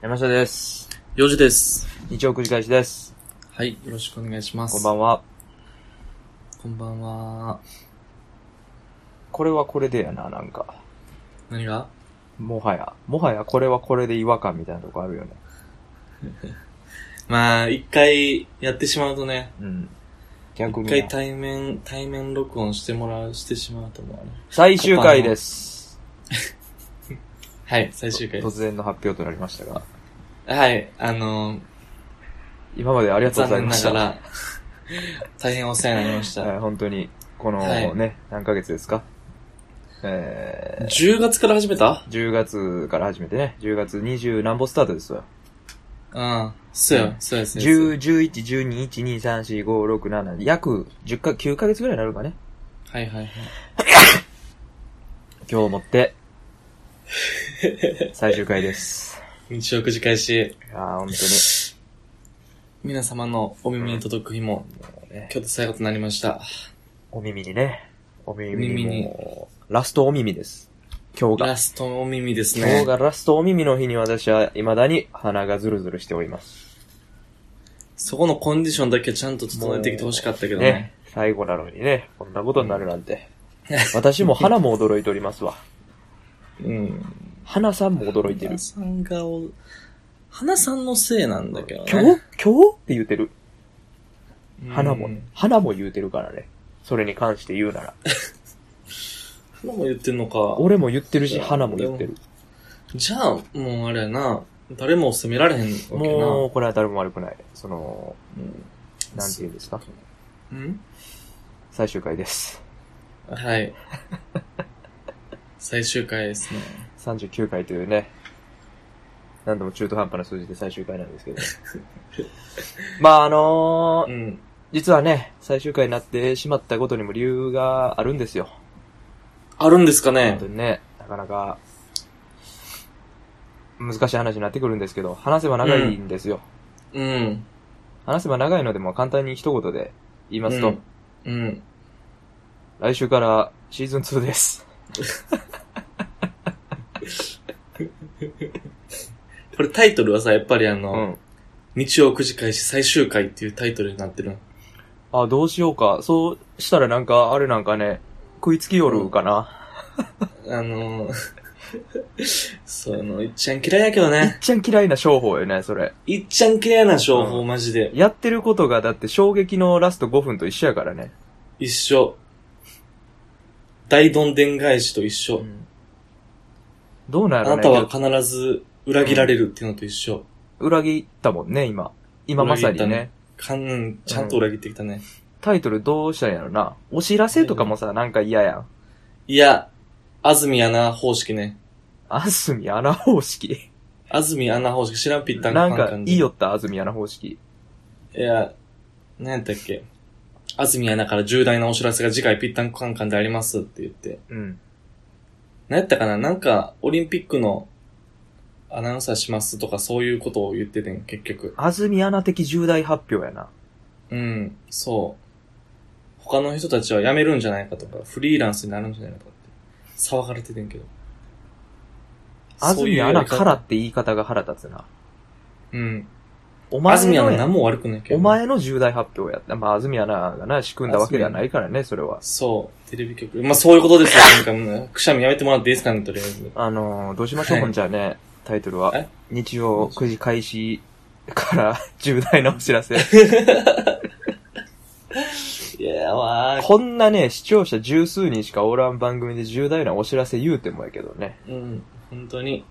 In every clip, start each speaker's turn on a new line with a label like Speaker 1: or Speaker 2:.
Speaker 1: 山下です。
Speaker 2: 4時です。
Speaker 1: 日曜繰り返しです。
Speaker 2: はい、よろしくお願いします。
Speaker 1: こんばんは。
Speaker 2: こんばんは。
Speaker 1: これはこれでやな、なんか。
Speaker 2: 何が
Speaker 1: もはや。もはやこれはこれで違和感みたいなとこあるよね。
Speaker 2: まあ、一回やってしまうとね、
Speaker 1: うん。逆
Speaker 2: 一
Speaker 1: に
Speaker 2: 回
Speaker 1: な。
Speaker 2: 対面、対面録音してもらう、してしまうと思うね。
Speaker 1: 最終回です。
Speaker 2: はい、最終回で
Speaker 1: 突
Speaker 2: す。
Speaker 1: 然の発表となりましたが。
Speaker 2: はい、あの
Speaker 1: 今までありが
Speaker 2: ー、
Speaker 1: とう
Speaker 2: 残
Speaker 1: ござい
Speaker 2: 念
Speaker 1: ま
Speaker 2: な
Speaker 1: した。
Speaker 2: がら、 大変お世話になりまし
Speaker 1: はい、
Speaker 2: た。
Speaker 1: 本当に、この
Speaker 2: はい
Speaker 1: ね、何ヶ月ですかえ
Speaker 2: 10月から始めた
Speaker 1: ー、10月から始めてね、10月20何歩スタートですわ。
Speaker 2: うん。そう
Speaker 1: う
Speaker 2: よ
Speaker 1: ん、
Speaker 2: そうや、そうやそう
Speaker 1: 10、
Speaker 2: や。
Speaker 1: 11、12、1、2、3、4、5、6、7、約10か、9ヶ月ぐらいになるかね。
Speaker 2: はいはいはい。
Speaker 1: 今日をもって、最終回です。
Speaker 2: 日曜くじ開始、
Speaker 1: いやー、本
Speaker 2: 皆様のお耳に届く日も、
Speaker 1: 当に、ね。
Speaker 2: 今日で最後となりました。
Speaker 1: お耳にね。お耳に
Speaker 2: 耳に
Speaker 1: もうラストお耳です。今日が。
Speaker 2: ラストのお耳です
Speaker 1: 今日
Speaker 2: ね。
Speaker 1: がラストお耳の日に私は未だに鼻がズルズルしております。
Speaker 2: そこのコンディションだけはちゃんと整えてきてほしかったけどね。
Speaker 1: ね。最後なのにね、こんなことになるなんて。 私も鼻も驚いておりますわ。
Speaker 2: うん。
Speaker 1: 鼻さんも驚いてる
Speaker 2: 花。さんがお、花さんのせいなんだけど
Speaker 1: 今
Speaker 2: ね。
Speaker 1: 日今日って言うてる。
Speaker 2: うん
Speaker 1: 鼻もね。鼻も言うてるからね。それに関して言うなら。
Speaker 2: 花も言ってんのか。
Speaker 1: 俺も言ってるし、鼻も言ってる。
Speaker 2: じゃあ、もうあれやな、誰も責められへんわけな。
Speaker 1: もう、これは誰も悪くない。その、
Speaker 2: うん、
Speaker 1: なんて言うんですか
Speaker 2: うん
Speaker 1: 最終回です。
Speaker 2: はい。最終回ですね。
Speaker 1: 39回というね、何度も中途半端な数字で最終回なんですけど。まああの
Speaker 2: う
Speaker 1: ー
Speaker 2: ん。
Speaker 1: 実はね、最終回になってしまったことにも理由があるんですよ。
Speaker 2: あるんですか
Speaker 1: 本
Speaker 2: ね
Speaker 1: 当にね、なかなか、難しい話になってくるんですけど、話せば長いんですよ。
Speaker 2: うん。
Speaker 1: 話せば長いのでも簡単に一言で言いますと、
Speaker 2: うんうん。
Speaker 1: 来週からシーズン2です。
Speaker 2: これタイトルはさ、やっぱりあの、
Speaker 1: うん。
Speaker 2: 日曜9時開始最終回っていうタイトルになってる。
Speaker 1: あ、どうしようか。そうしたらなんか、あれなんかね、食いつきよるかな。
Speaker 2: あのーその、いっちゃん嫌いやけど
Speaker 1: い
Speaker 2: ね
Speaker 1: っ。ちゃん嫌いな商法よね、それ。
Speaker 2: いっちゃん嫌いな商法、マジで。
Speaker 1: やってることがだって衝撃のラスト5分と一緒やからね。
Speaker 2: 一緒。大どんでん返しと一緒。
Speaker 1: どうな
Speaker 2: あ
Speaker 1: るの
Speaker 2: なたは必ず裏切られるっていうのと一緒。
Speaker 1: 裏切ったもんね、今。今まさに
Speaker 2: 裏切った
Speaker 1: ね
Speaker 2: ね。かん、ちゃんと裏切ってきたね。
Speaker 1: タイトルどうしたんやろな。お知らせとかもさ、なんか嫌やん。
Speaker 2: いや、安住アナ方式ね。
Speaker 1: 安住穴方式。
Speaker 2: 安住アナ方式知らんぴったん
Speaker 1: なん
Speaker 2: パン
Speaker 1: か
Speaker 2: カン、で
Speaker 1: いいよ。った、安住穴方式。
Speaker 2: いや、なんやったっけ。安住アナから重大なお知らせが次回ぴったんこカンカンでありますって言って。
Speaker 1: うん。
Speaker 2: なんやったかななんか、オリンピックのアナウンサーしますとかそういうことを言っててん、結局。
Speaker 1: 安住穴的重大発表やな。
Speaker 2: うん、そう。他の人たちは辞めるんじゃないかとか、フリーランスになるんじゃないかとかって、騒がれててんけど。
Speaker 1: 安
Speaker 2: そうい
Speaker 1: 住
Speaker 2: うやり
Speaker 1: 穴
Speaker 2: 方
Speaker 1: からって言い方が腹立つな。
Speaker 2: うん。
Speaker 1: お前
Speaker 2: 安
Speaker 1: の
Speaker 2: 住アナ
Speaker 1: や
Speaker 2: 何も悪くないけ
Speaker 1: お。
Speaker 2: ど。
Speaker 1: 前の重大発表やった。まあ、安住アナがな、仕組んだわけではないからね、それは。
Speaker 2: そう、テレビ局。まあ、そういうことですよ。なんかもう、くしゃみやめてもらっていいですかね、とりあえず。
Speaker 1: あのー、どうしましょう、
Speaker 2: はい
Speaker 1: ほんじゃあね、タイトルは
Speaker 2: え。
Speaker 1: 日曜9時開始から 重大なお知らせ。
Speaker 2: いやー、わー。
Speaker 1: こんなね、視聴者十数人しかおらん番組で重大なお知らせ言うてもやけどね。
Speaker 2: うん、本当に。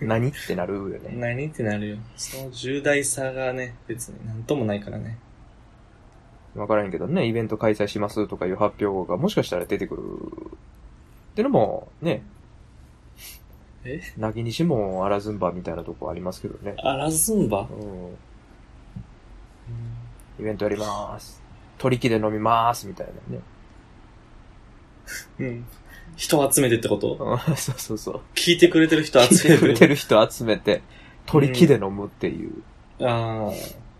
Speaker 1: 何ってなるよね。
Speaker 2: 何ってなるよ。その重大さがね、別になんともないからね。
Speaker 1: わからんけどね、イベント開催しますとかいう発表がもしかしたら出てくる。ってのも、ね。
Speaker 2: え
Speaker 1: なぎにしもあらずんばみたいなとこありますけどね。
Speaker 2: あらずんば
Speaker 1: うん。イベントやります。取り木で飲みますみたいなね。
Speaker 2: うん。人集めてってこと
Speaker 1: うんそうそうそう。
Speaker 2: 聞いてくれてる人
Speaker 1: 聞
Speaker 2: 集
Speaker 1: い
Speaker 2: め
Speaker 1: てく
Speaker 2: て
Speaker 1: れ
Speaker 2: る
Speaker 1: て。る人集めて、取り木で飲むっていう。
Speaker 2: ああ、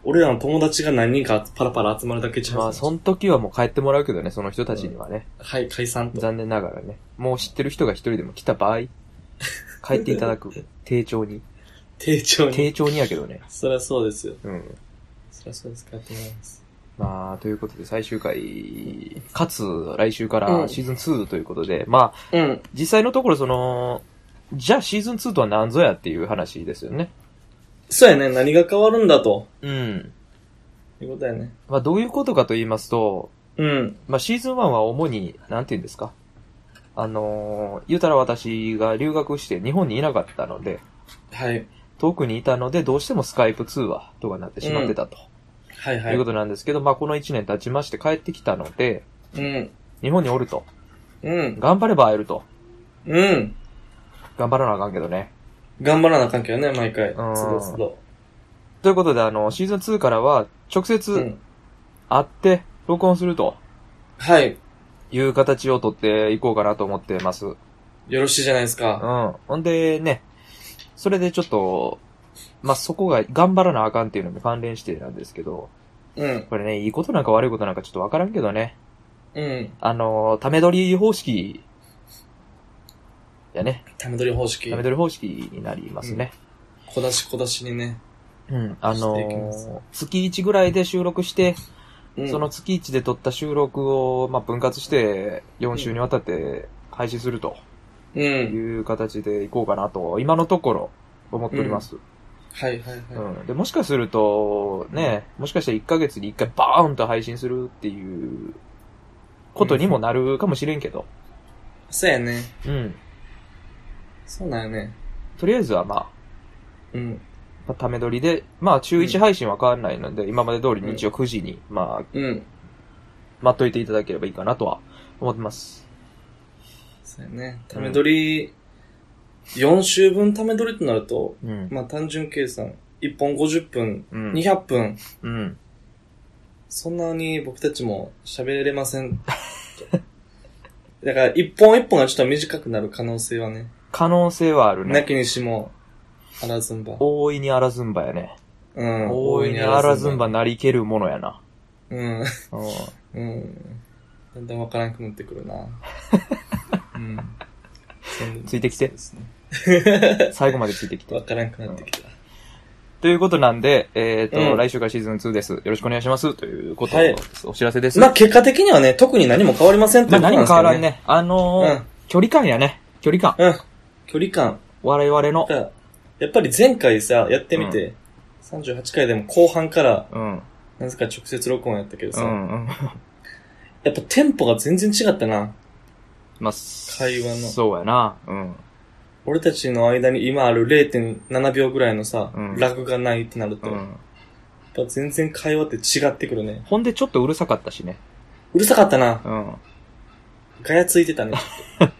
Speaker 2: 俺らの友達が何人かパラパラ集まるだけちゃう。
Speaker 1: まあ、その時はもう帰ってもらうけどね、その人たちにはね。
Speaker 2: はい、解散と。
Speaker 1: 残念なが らね。もう知ってる人が一人でも来た場合、帰っていただく、丁重に。
Speaker 2: 丁重に。
Speaker 1: 丁重にやけどね。
Speaker 2: そりゃそうですよ。
Speaker 1: うん。
Speaker 2: そりゃそうですかって思います。
Speaker 1: まあ、ということで最終回、かつ来週からシーズン2ということで、まあ、
Speaker 2: うん。
Speaker 1: 実際のところその、じゃあシーズン2とは何ぞやっていう話ですよね。
Speaker 2: そうやね。何が変わるんだと。
Speaker 1: うん。
Speaker 2: いうことやね。
Speaker 1: まあ、どういうことかと言いますと、
Speaker 2: うん。
Speaker 1: まあ、シーズン1は主に、なんて言うんですか。あのー言うたら私が留学して日本にいなかったので、
Speaker 2: はい。
Speaker 1: 遠くにいたので、どうしてもスカイプ通話とかなってしまってたと、
Speaker 2: はいはいい。
Speaker 1: うことなんですけど、まあ、この1年経ちまして帰ってきたので、
Speaker 2: うん。
Speaker 1: 日本におると。
Speaker 2: うん。
Speaker 1: 頑張れば会えると。
Speaker 2: うん。
Speaker 1: 頑張らなあかんけどね。
Speaker 2: 頑張らなあかんけどね、毎回。
Speaker 1: うん
Speaker 2: つどつど。
Speaker 1: ということで、あの、シーズン2からは、直
Speaker 2: う
Speaker 1: 接
Speaker 2: ん。
Speaker 1: 会って、録音すると
Speaker 2: はい。
Speaker 1: いう形をとっていこうかなと思ってます。うん。
Speaker 2: よろしいじゃないですか。
Speaker 1: ほんで、ね、それでちょっと、まあ、そこが頑張らなあかんっていうのに関連してなんですけど、
Speaker 2: うん。
Speaker 1: これね、いいことなんか悪いことなんかちょっとわからんけどね。
Speaker 2: うん。
Speaker 1: あの、ため取り方式、やね。
Speaker 2: ため取り方式
Speaker 1: ため。取り方式になりますね。
Speaker 2: 小出し小出しにね。
Speaker 1: うん。あ
Speaker 2: していきます
Speaker 1: の、月1ぐらいで収録して、
Speaker 2: うん
Speaker 1: その、月1で撮った収録を、まあ、分割して、4週にわたって配信すると
Speaker 2: う
Speaker 1: い
Speaker 2: ん。
Speaker 1: う形でいこうかなと、今のところ思っております。
Speaker 2: はいはい
Speaker 1: うん
Speaker 2: は
Speaker 1: で、もしかすると、ね、もしかしたら1ヶ月に1回バーンと配信するっていうことにもなるかもしれんけど、
Speaker 2: い。そうやね。
Speaker 1: うん。
Speaker 2: そうなんやね。
Speaker 1: とりあえずはまあ、
Speaker 2: うん。
Speaker 1: まあ、ため撮りで、まあ、中1配信は変わらないので、今まで通り日曜9時に、まあ、
Speaker 2: うん。
Speaker 1: 待っといていただければいいかなとは思ってます。
Speaker 2: そうやね。ため取り、4週分ため取りとなると、
Speaker 1: うん。
Speaker 2: まあ単純計算、1本50分、
Speaker 1: うん。
Speaker 2: 200分、
Speaker 1: うん。
Speaker 2: そんなに僕たちも喋れませ ん。だから、1本1本がちょっと短くなる可能性はね、
Speaker 1: 可能性はある
Speaker 2: な
Speaker 1: ね。
Speaker 2: きにしも、あらずんば。
Speaker 1: 大いにあらずんばやね。
Speaker 2: うん。
Speaker 1: 大いにあらずんば。なりけるものやな。
Speaker 2: うん。
Speaker 1: うん。
Speaker 2: うん。だんだんわからなくなってく るな。うん。
Speaker 1: ついてきて
Speaker 2: そうですね。
Speaker 1: 最後までついてきて。
Speaker 2: わからなくなってきた。
Speaker 1: ということなんで、えっ、と、
Speaker 2: うん
Speaker 1: 来週からシーズン2です。よろしくお願いします。ということ
Speaker 2: はい
Speaker 1: です。お知らせです。
Speaker 2: まあ結果的にはね、特に何も変わりませんって
Speaker 1: ま
Speaker 2: こ
Speaker 1: あ、
Speaker 2: と
Speaker 1: 何
Speaker 2: なんで
Speaker 1: も
Speaker 2: すけ
Speaker 1: 変
Speaker 2: ど
Speaker 1: わらん。ね。あのー距離感やね。距離感。
Speaker 2: うん。うん。距離感。
Speaker 1: 我々の。
Speaker 2: だやっぱり前回さ、やってみて、38回でも後半から、
Speaker 1: うん。
Speaker 2: なぜか直接録音やったけど
Speaker 1: う
Speaker 2: さ、
Speaker 1: ん。うん。
Speaker 2: やっぱテンポが全然違ったな。
Speaker 1: まあ、
Speaker 2: 会話の
Speaker 1: そうやな。うん。
Speaker 2: 俺たちの間に今ある0.7秒ぐらいのさ、
Speaker 1: うん
Speaker 2: ラグがないってなると、
Speaker 1: う
Speaker 2: やっ
Speaker 1: ん。
Speaker 2: ぱ全然会話って違ってくるね。
Speaker 1: ほんでちょっとうるさかったしね。
Speaker 2: うるさかったな。
Speaker 1: うん。
Speaker 2: ガヤついてたね。 ちょっと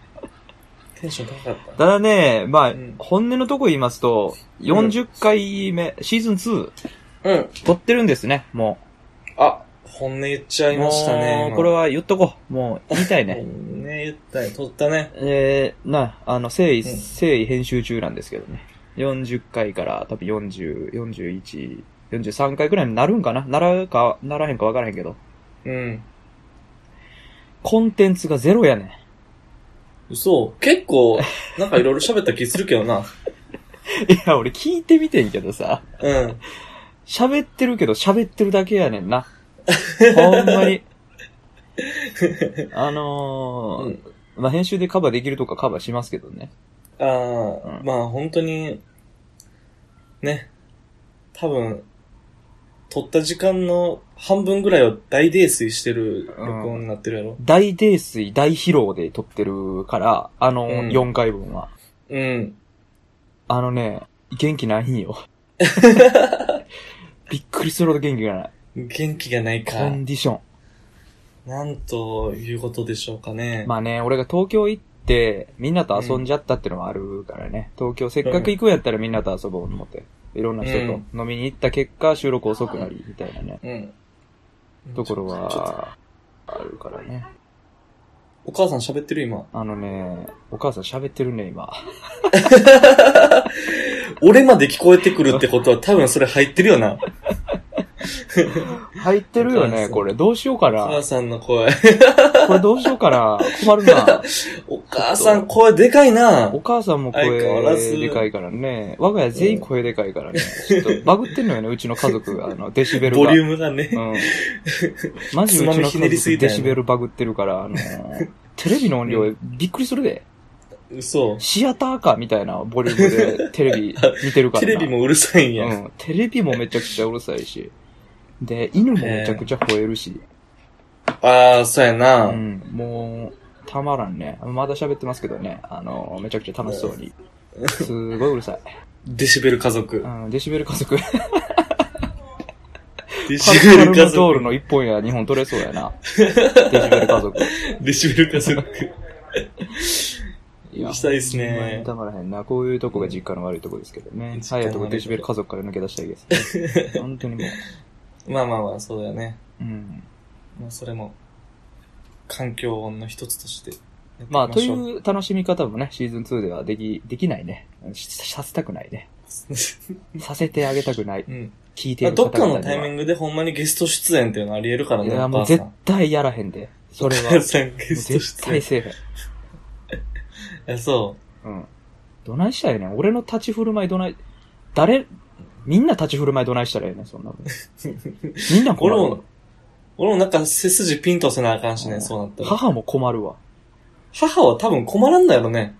Speaker 2: テンション高かった
Speaker 1: ただね、まあ、
Speaker 2: うん
Speaker 1: 本音のとこ言いますと、40回目、シーズン2、。
Speaker 2: うん。
Speaker 1: 撮ってるんですね、も
Speaker 2: あ、本音言っちゃ
Speaker 1: う。
Speaker 2: いましたね
Speaker 1: も。う
Speaker 2: 今
Speaker 1: これは言っとこう。もう、言いた いね。
Speaker 2: 本音言ったね。撮ったね。
Speaker 1: えー、な、あの、誠意、
Speaker 2: うん
Speaker 1: 誠意編集中なんですけどね。40回から多分40、41、43回くらいになるんかなならか、ならへんかわからへんけど。
Speaker 2: うん。
Speaker 1: コンテンツがゼロやねん。
Speaker 2: 嘘結構、なんかいろいろ喋った気するけ どな。
Speaker 1: いや、俺聞いてみてんけどさ。
Speaker 2: うん。
Speaker 1: 喋ってるけど喋ってるだけやねんな。ほんま に。あのーまあ、編集でカバーできるとかカバーしますけどね。
Speaker 2: ああ、
Speaker 1: うん
Speaker 2: まあ本当に、ね。多分、撮った時間の半分ぐらいを大泥酔してる録音になってるやろ。
Speaker 1: 大泥酔、大疲労で撮ってるから、あの
Speaker 2: うん
Speaker 1: ー、4回分は。
Speaker 2: うん。
Speaker 1: あのね、元気ないん よ。びっくりするほど元気がない。
Speaker 2: 元気がないか。
Speaker 1: コンディショ
Speaker 2: なんということでしょうかね。
Speaker 1: ン。まあね、俺が東京行って、みんなと遊んじゃったってのもあるからね。東京せっかく行くんやったらみんなと遊ぼうと思って。いろんな人と飲みに行った結果、収録遅くなり、みたいなね。
Speaker 2: うん。
Speaker 1: ところ
Speaker 2: ちょっと。
Speaker 1: は、あるからね。
Speaker 2: お母さん喋ってる今。
Speaker 1: あのね、お母さん喋ってるね、今。
Speaker 2: 俺まで聞こえてくるってことは多分それ入ってるよな。
Speaker 1: 入ってるよ
Speaker 2: お母さ
Speaker 1: ね、
Speaker 2: ん
Speaker 1: これ。どうしようか
Speaker 2: お母
Speaker 1: な。
Speaker 2: さんの声。
Speaker 1: これどうしようかな。困るな。
Speaker 2: お母さん声でかいな
Speaker 1: お母さんも声
Speaker 2: 相変わらず
Speaker 1: でかいからね。我が家全員声でかいからね。ちょっとバグってんのよ ね、うちの家族、あの、デシベルが。
Speaker 2: ボリュームがね。
Speaker 1: うん。マジうちの
Speaker 2: つまみひねりすぎた
Speaker 1: デ
Speaker 2: よね
Speaker 1: シベルバグってるから、あの、テレビの音量びっくりするで。
Speaker 2: 嘘。
Speaker 1: シアターかみたいなボリュームでテレビ見てるから
Speaker 2: テ
Speaker 1: な。
Speaker 2: レビもうるさいんや。
Speaker 1: うん。テレビもめちゃくちゃうるさいし。で、犬もめちゃくちゃ吠えるし。
Speaker 2: ああ、そうやな。
Speaker 1: うん。もう、たまらんね。まだ喋ってますけどね。あの、めちゃくちゃ楽しそうに。すごいうるさい。
Speaker 2: デシベル家族
Speaker 1: う。ん、デシベル家族。
Speaker 2: デ
Speaker 1: パ
Speaker 2: シ
Speaker 1: ル
Speaker 2: ベ
Speaker 1: パ
Speaker 2: ル
Speaker 1: ル
Speaker 2: 家
Speaker 1: ムドール
Speaker 2: 族。
Speaker 1: の一本や二本取れそうや な。デジベル家族。
Speaker 2: デシベル家族。
Speaker 1: い
Speaker 2: したいっすね
Speaker 1: ほんまにたまらへんな。こういうとこが実家の悪いとこですけどね。
Speaker 2: 実
Speaker 1: は
Speaker 2: 家
Speaker 1: や
Speaker 2: の悪いと
Speaker 1: と
Speaker 2: こ
Speaker 1: こデジベル家族から抜け出したいです ね。本当にも
Speaker 2: まあまあまあ、そうだよね。
Speaker 1: う。うん。
Speaker 2: まあ、それも、環境音の一つとしてやっていきしょう。。
Speaker 1: まあ、という楽しみ方もね、シーズン2ではでき、できないね。しさせたくないね。させてあげたくない
Speaker 2: うん。
Speaker 1: 聞いて
Speaker 2: まあ
Speaker 1: る
Speaker 2: ど
Speaker 1: 方
Speaker 2: っかの
Speaker 1: 々には。
Speaker 2: タイミングでほんまにゲスト出演っていうのあり得るからね。
Speaker 1: いや、も
Speaker 2: お
Speaker 1: う
Speaker 2: 母さん
Speaker 1: 絶対やらへんで。それ
Speaker 2: お
Speaker 1: は。
Speaker 2: 母さんゲス
Speaker 1: 絶
Speaker 2: ト出
Speaker 1: 対
Speaker 2: 演。
Speaker 1: せえへん。
Speaker 2: え、そ
Speaker 1: うん。どないしたらええねん。俺の立ち振る舞いどない、誰、みんな立ち振る舞いどないしたらええねん、そん なもん。みんな
Speaker 2: う。俺
Speaker 1: 困
Speaker 2: も
Speaker 1: る、
Speaker 2: 俺もなんか背筋ピンとせなあかんし
Speaker 1: う
Speaker 2: ね、
Speaker 1: ん
Speaker 2: そうなった
Speaker 1: わ。
Speaker 2: ら。
Speaker 1: 母も困るわ。
Speaker 2: 母は多分困らんだやろね。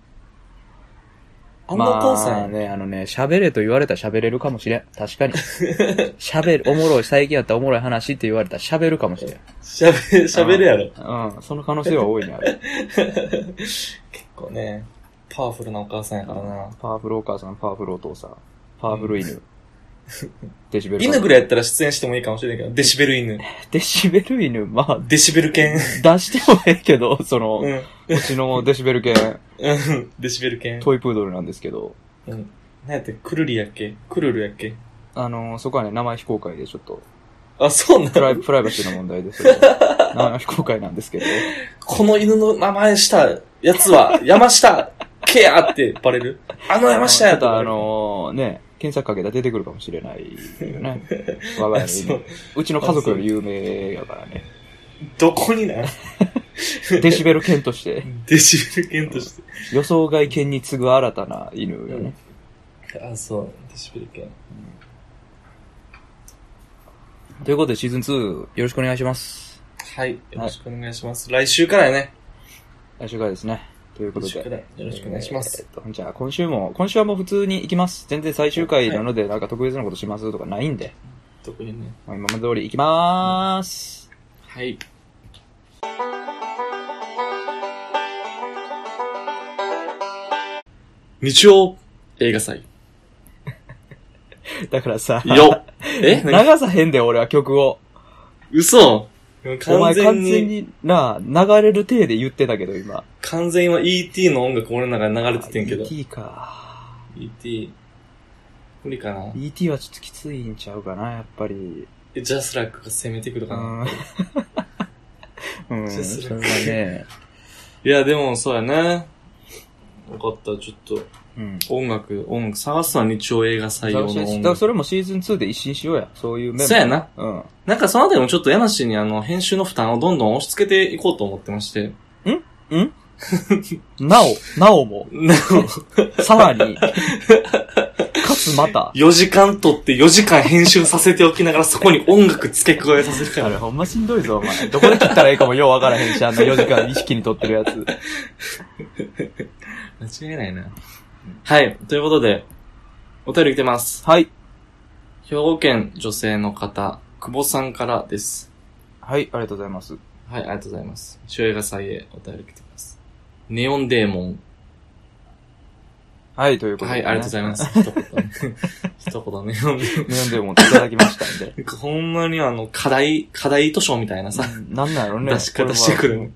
Speaker 2: あんなお母さん
Speaker 1: ま
Speaker 2: や
Speaker 1: あ
Speaker 2: ね。
Speaker 1: ね、あのね、喋れと言われたら喋れるかもしれん。確かに。喋る、おもろい、最近やったらおもろい話って言われたら喋るかもしれん。
Speaker 2: 喋、喋るやろ。
Speaker 1: うん、その可能性は大いにある。
Speaker 2: 結構ね、パワフルなお母さんやからな。
Speaker 1: パワフルお母さん、パワフルお父さん、パワフル犬。デシベル。
Speaker 2: 犬ぐら
Speaker 1: い。
Speaker 2: いやったら出演してもいいかもしれないけど、デシベル犬。
Speaker 1: デシベル犬、まあ、
Speaker 2: デシベル犬。
Speaker 1: 出してもええけど、その、
Speaker 2: う。
Speaker 1: うんちのデシベル犬、
Speaker 2: うん。デシベル犬。
Speaker 1: トイプードルなんですけど、
Speaker 2: うん。何やって、クルリやっけクルルやっけ
Speaker 1: あのー、そこはね、名前非公開でちょっ と、
Speaker 2: あ、そうな
Speaker 1: プラ
Speaker 2: の
Speaker 1: イプライバシーの問題です けど、名前非公開なんですけど、
Speaker 2: この犬の名前したやつ は、山下ケアってバレるあの山下や
Speaker 1: ちょっとあ
Speaker 2: って
Speaker 1: のー、ね、検索かけたら出てくるかもしれないよ ね。我
Speaker 2: バレ
Speaker 1: が
Speaker 2: る、
Speaker 1: 家
Speaker 2: そ
Speaker 1: の
Speaker 2: う
Speaker 1: 犬。うちの家族より有名やからね。
Speaker 2: どこになん
Speaker 1: デシベル犬として、
Speaker 2: デシベル犬として。
Speaker 1: 予想外犬に次ぐ新たな犬よね。
Speaker 2: あ、そう。デシベル犬。
Speaker 1: ということで、シーズン2、よろしくお願いします。
Speaker 2: はい。よろしくお願いします。来週からやね。
Speaker 1: 来週からですね。ということで。
Speaker 2: 来週からよろしくお願いします
Speaker 1: えーっとじゃあ、今週も、今週はもう普通に行きます。全然最終回なので、なんか特別なことしますとかないんで、
Speaker 2: 特にね。
Speaker 1: もう今まで通り行きまーす。
Speaker 2: はい。日曜映画 祭。
Speaker 1: だからさ、
Speaker 2: よえ何
Speaker 1: 流さへんで俺は曲を。
Speaker 2: 嘘
Speaker 1: お
Speaker 2: 完
Speaker 1: 前
Speaker 2: 全
Speaker 1: 完全
Speaker 2: に、
Speaker 1: にな、流れる体で言ってたけど今。
Speaker 2: 完全には ET の音楽俺の中で流れててんけど。
Speaker 1: ET か。
Speaker 2: ET。無理かな
Speaker 1: ET はちょっときついんちゃうかな、やっぱり。
Speaker 2: えジャスラックが攻めてくる
Speaker 1: う
Speaker 2: かな。
Speaker 1: ん。 うん、
Speaker 2: する
Speaker 1: それはね。
Speaker 2: いや、でもそうやね。よかった、ちょっと、
Speaker 1: うん。
Speaker 2: 音楽、音楽探すのは日曜映画採用の音
Speaker 1: だからそれ
Speaker 2: 楽。
Speaker 1: もシーズン2で一新しようや。そういう面も
Speaker 2: そうやな。
Speaker 1: うん。
Speaker 2: なんかそのあたりもちょっと柳氏にあの、編集の負担をどんどん押し付けていこうと思ってまして。
Speaker 1: なお、なおも、
Speaker 2: な
Speaker 1: さらに、かつまた。
Speaker 2: 4時間撮って4時間編集させておきながらそこに音楽付け加えさせるか
Speaker 1: あ
Speaker 2: ら。
Speaker 1: れほんましんどいぞ、お前。どこで切ったらいいかもようわからへんし、あんな4時 間意識にとってるやつ。
Speaker 2: 間違いないな。はい、ということで、お便り来てます。
Speaker 1: はい。
Speaker 2: 兵庫県女性の方、久保さんからです。
Speaker 1: はい、ありがとうございます。
Speaker 2: はい、ありがとうございます。主映画祭へお便り来てます。ネオンデーモン。
Speaker 1: はい、ということ
Speaker 2: は
Speaker 1: で、
Speaker 2: い、ありがとうございます。一言。一言ネオンデー
Speaker 1: す。読んでもいただきましたんで。
Speaker 2: モン。 ほんまにあの、課題、課題図書みたいな さ、
Speaker 1: なんなんやろね。
Speaker 2: 出し方してく
Speaker 1: これは
Speaker 2: る。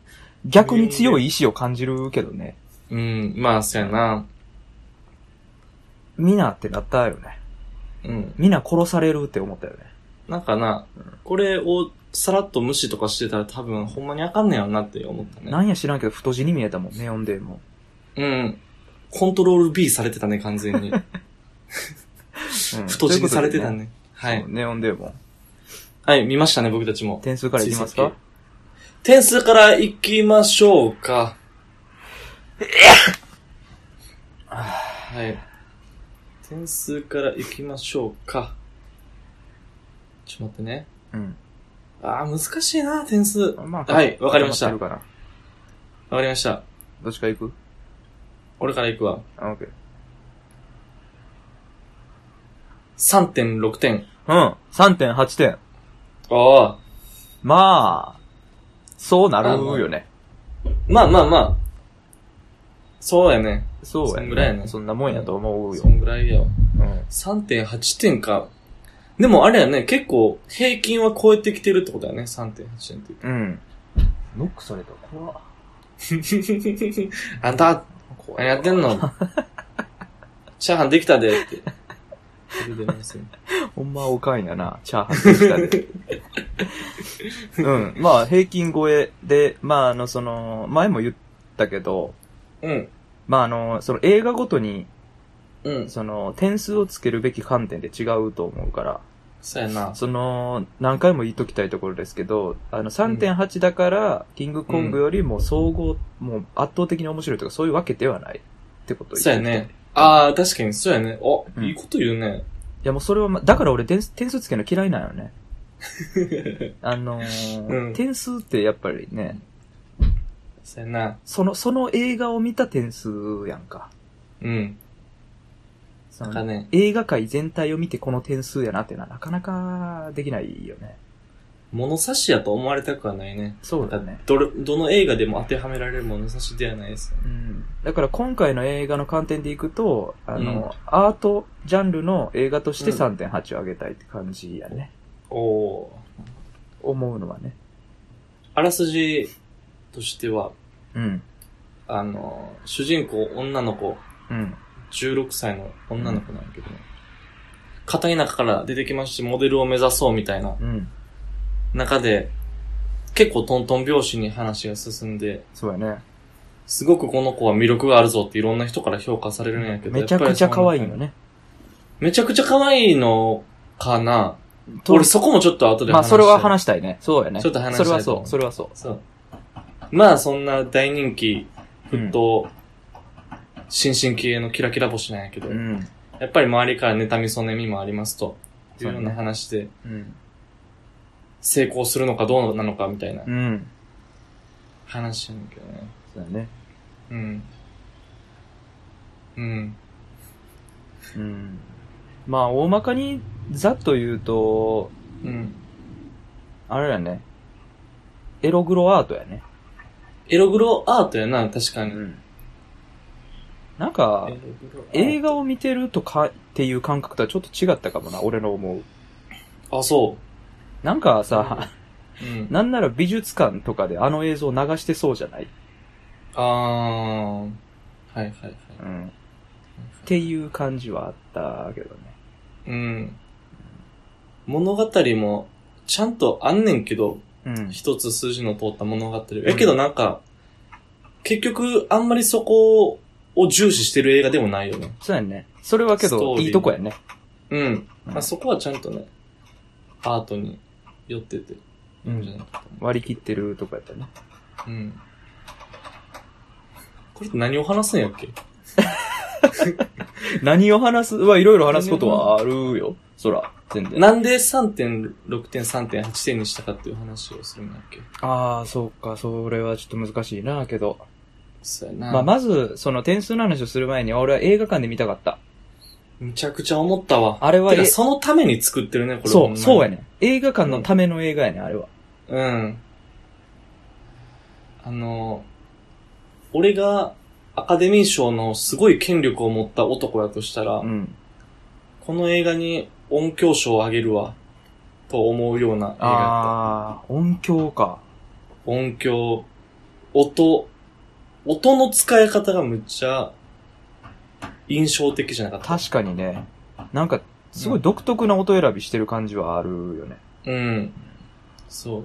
Speaker 1: 逆に強い意志を感じるけどね。
Speaker 2: うん、まあ、そうやな。
Speaker 1: ミナってなったよね。
Speaker 2: うん。
Speaker 1: ミナ殺されるって思ったよね。
Speaker 2: なんかな、これをさらっと無視とかしてたら多分ほんまにあかんねやろなって思ったね。
Speaker 1: なんや知らんけど太字に見えたもん、ネオンデーも。
Speaker 2: うん。コントロール B されてたね、完 全に。
Speaker 1: うん
Speaker 2: 太字にされてた。
Speaker 1: という
Speaker 2: ね。
Speaker 1: こと
Speaker 2: は
Speaker 1: でね
Speaker 2: い
Speaker 1: そう。ネオンデーも。
Speaker 2: はい、見ましたね、僕たちも。
Speaker 1: 点数からいきます
Speaker 2: 追
Speaker 1: か
Speaker 2: 跡点数から行きましょうか。はい。点数から行きましょうか。ちょっと待ってね。
Speaker 1: うん。
Speaker 2: ああ、難しいな、点数。わ
Speaker 1: ま
Speaker 2: はいわかりました
Speaker 1: 固ってるかな
Speaker 2: かりました。
Speaker 1: どっちから行く
Speaker 2: 俺から行くわ。
Speaker 1: あ、オッケー。
Speaker 2: 3.6点。
Speaker 1: うん。3.8点。
Speaker 2: ああ。
Speaker 1: まあ、そうなるよね。
Speaker 2: まあまあまあ。そうやね。
Speaker 1: そうや
Speaker 2: そんぐらいや
Speaker 1: ね。
Speaker 2: な
Speaker 1: そんなもんやと思うよ
Speaker 2: そ。んぐらいやわ。
Speaker 1: うん。
Speaker 2: 3.8点か。でもあれやね、結構平均は超えてきてるってことやね、3.8点って
Speaker 1: うん。ノックされた怖っ
Speaker 2: いう あんた、
Speaker 1: 怖
Speaker 2: 何やってんの チャーハンできたでって。
Speaker 1: ほんまおかんやな、チャーハンでしたで。うん。まあ、平均超えで、まあ、あの、その、前も言ったけど、
Speaker 2: うん。
Speaker 1: まあ、あの、その映画ごとに、
Speaker 2: うん。
Speaker 1: その、点数をつけるべき観点で違うと思うから、
Speaker 2: そうやな。
Speaker 1: その、何回も言っときたいところですけど、あの、3.8だから、キングコングよりも総合、もう圧倒的に面白いとか、そういうわけではないってことを
Speaker 2: そう
Speaker 1: 言って
Speaker 2: や
Speaker 1: おきたい
Speaker 2: ね。。ああ、確かにそうやね。お、
Speaker 1: うん
Speaker 2: いいこと言うね。
Speaker 1: いや、もうそれはま、だから俺点数、点数つけるの嫌いなんよ ね。あのー
Speaker 2: うん
Speaker 1: 点数ってやっぱりね、
Speaker 2: そうやな。
Speaker 1: その、その映画を見た点数やんか。
Speaker 2: うん。
Speaker 1: そ
Speaker 2: なんか
Speaker 1: の
Speaker 2: ね。
Speaker 1: 映画界全体を見てこの点数やなってのはなかなかできないよね。
Speaker 2: 物差しやと思われたくはないね。
Speaker 1: そうだね。
Speaker 2: どれ、どの映画でも当てはめられる物差しではないですよね。
Speaker 1: うん。だから今回の映画の観点でいくと、あの、
Speaker 2: うん
Speaker 1: アートジャンルの映画として
Speaker 2: うん
Speaker 1: 3.8を上げたいって感じやね。
Speaker 2: おお
Speaker 1: 思うのはね。
Speaker 2: ー。あらすじとしては、
Speaker 1: うん。
Speaker 2: あの、主人公、女の子、
Speaker 1: うん。
Speaker 2: 16歳の女の子なんだけどね。片田舎から出てきまして、モデルを目指そうみたいな
Speaker 1: うん。
Speaker 2: 中で、結構トントン拍子に話が進んで、
Speaker 1: そうやね。
Speaker 2: すごくこの子は魅力があるぞっていろんな人から評価されるんやけど。
Speaker 1: めちゃくちゃ可愛いよ
Speaker 2: ね
Speaker 1: ね。
Speaker 2: めちゃくちゃ可愛いのかな
Speaker 1: と
Speaker 2: 俺そこもちょっと後で話したい
Speaker 1: まあ、それは話したいね。そうやね。
Speaker 2: ちょっと話し
Speaker 1: そ
Speaker 2: たい
Speaker 1: れは
Speaker 2: と
Speaker 1: そ
Speaker 2: 思う
Speaker 1: う、それはそう。
Speaker 2: そう。まあそんな大人気、沸騰、新進気鋭のキラキラ星なんやけど、
Speaker 1: うん。
Speaker 2: やっぱり周りから妬みそねみもありますと、いうような話で、
Speaker 1: うん。
Speaker 2: 成功するのかどうなのかみたいな
Speaker 1: うん。
Speaker 2: 話やねんけどね。
Speaker 1: そうやね。
Speaker 2: うん。うん。
Speaker 1: うん。まあ、大まかに、ざっと言うと、
Speaker 2: うん。
Speaker 1: あれやね。エログロアートやね。
Speaker 2: エログロアートやな、確かに。
Speaker 1: ん。なんか
Speaker 2: エロ、グロアート
Speaker 1: 映画を見てるとかっていう感覚とはちょっと違ったかもな、俺の思う。
Speaker 2: あ、そ
Speaker 1: なんかさ、
Speaker 2: う。うん。
Speaker 1: なんなら美術館とかであの映像を流してそうじゃない
Speaker 2: あー。はいはいはい。
Speaker 1: うん。っていう感じはあったけどね。
Speaker 2: うん。物語も、ちゃんとあんねんけど、
Speaker 1: うん。
Speaker 2: 一つ筋の通った物語。やけどなんか、結局、あんまりそこを重視してる映画でもないよね。
Speaker 1: そうやね。それはけ
Speaker 2: ストー
Speaker 1: ど、
Speaker 2: リー
Speaker 1: いいとこやね。
Speaker 2: うん。
Speaker 1: うん
Speaker 2: まあ、そこはちゃんとね、アートに寄ってて、いいんじゃないかと思
Speaker 1: 割り切ってるとこやったね。
Speaker 2: う。うん。これって何を話すんやっけ
Speaker 1: 何を話すはいろいろ話すことはあるよ。そら、全然。
Speaker 2: なんで3.6点、3.8点にしたかっていう話をするんやっけ
Speaker 1: ああ、そうか、それはちょっと難しいな、けど。
Speaker 2: そうやな。
Speaker 1: まあ、まず、その点数の話をする前に、俺は映画館で見たかった。
Speaker 2: むちゃくちゃ思ったわ。
Speaker 1: あれは
Speaker 2: てか
Speaker 1: え
Speaker 2: そのために作ってるね、これ。
Speaker 1: そう、そうや
Speaker 2: ね。
Speaker 1: ね。映画館のための映画やね、あれは。
Speaker 2: うん。あの、俺がアカデミー賞のすごい権力を持った男やとしたら、
Speaker 1: うん。
Speaker 2: この映画に音響賞をあげるわ、と思うような映画やっ
Speaker 1: ああ、音響か。
Speaker 2: た。音響、音、音の使い方がむっちゃ印象的じゃなかった。
Speaker 1: 確かにね。なんか、すごい独特な音選びしてる感じはあるよね。
Speaker 2: うん。そう。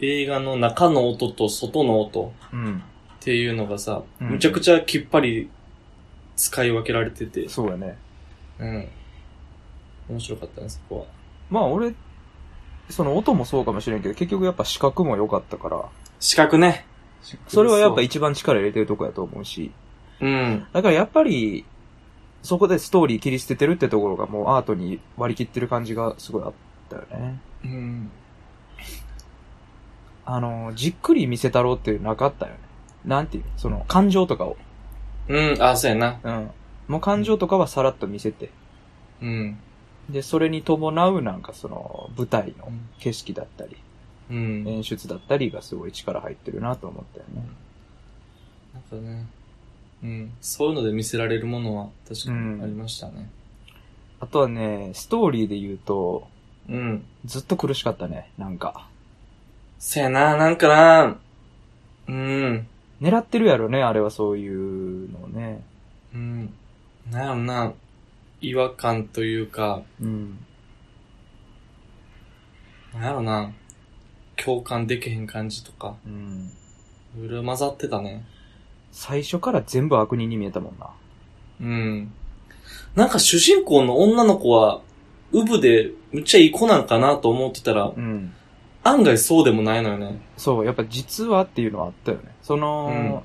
Speaker 2: 映画の中の音と外の音
Speaker 1: うん。
Speaker 2: っていうのがさ、
Speaker 1: うん
Speaker 2: むちゃくちゃきっぱり使い分けられてて、
Speaker 1: そうやね。
Speaker 2: うん。面白かったね、そこは。
Speaker 1: まあ、俺、その音もそうかもしれんけど、結局やっぱ視覚も良かったから、
Speaker 2: 視覚ね。
Speaker 1: それはやっぱ一番力入れてるとこやと思うし。
Speaker 2: うん。
Speaker 1: だからやっぱり、そこでストーリー切り捨ててるってところがもうアートに割り切ってる感じがすごいあったよね。
Speaker 2: うん。
Speaker 1: あの、じっくり見せたろうっていうのなかったよね。なんていうのその、感情とかを。
Speaker 2: うん、あ、そうやな。
Speaker 1: うん。もう感情とかはさらっと見せて。
Speaker 2: うん。
Speaker 1: で、それに伴うなんかその、舞台の景色だったり、
Speaker 2: うん。
Speaker 1: 演出だったりがすごい力入ってるなと思ったよね。
Speaker 2: なんかね、うん。そういうので見せられるものは確かにありましたね。
Speaker 1: あとはね、ストーリーで言うと、
Speaker 2: うん。
Speaker 1: ずっと苦しかったね、なんか。
Speaker 2: そやな、なんかな、うん。
Speaker 1: 狙ってるやろね、あれはそういうのをね。
Speaker 2: うん。なんやろな、違和感というか、
Speaker 1: うん。
Speaker 2: なんやろな、共感できへん感じとか、
Speaker 1: うん。
Speaker 2: いろいろ混ざってたね。
Speaker 1: 最初から全部悪人に見えたもんな。
Speaker 2: うん。なんか主人公の女の子は、ウブで、むっちゃいい子なんかなと思ってたら
Speaker 1: う、ん。
Speaker 2: 案外そうでもないのよね。
Speaker 1: そう、やっぱ実はっていうのはあったよね。その、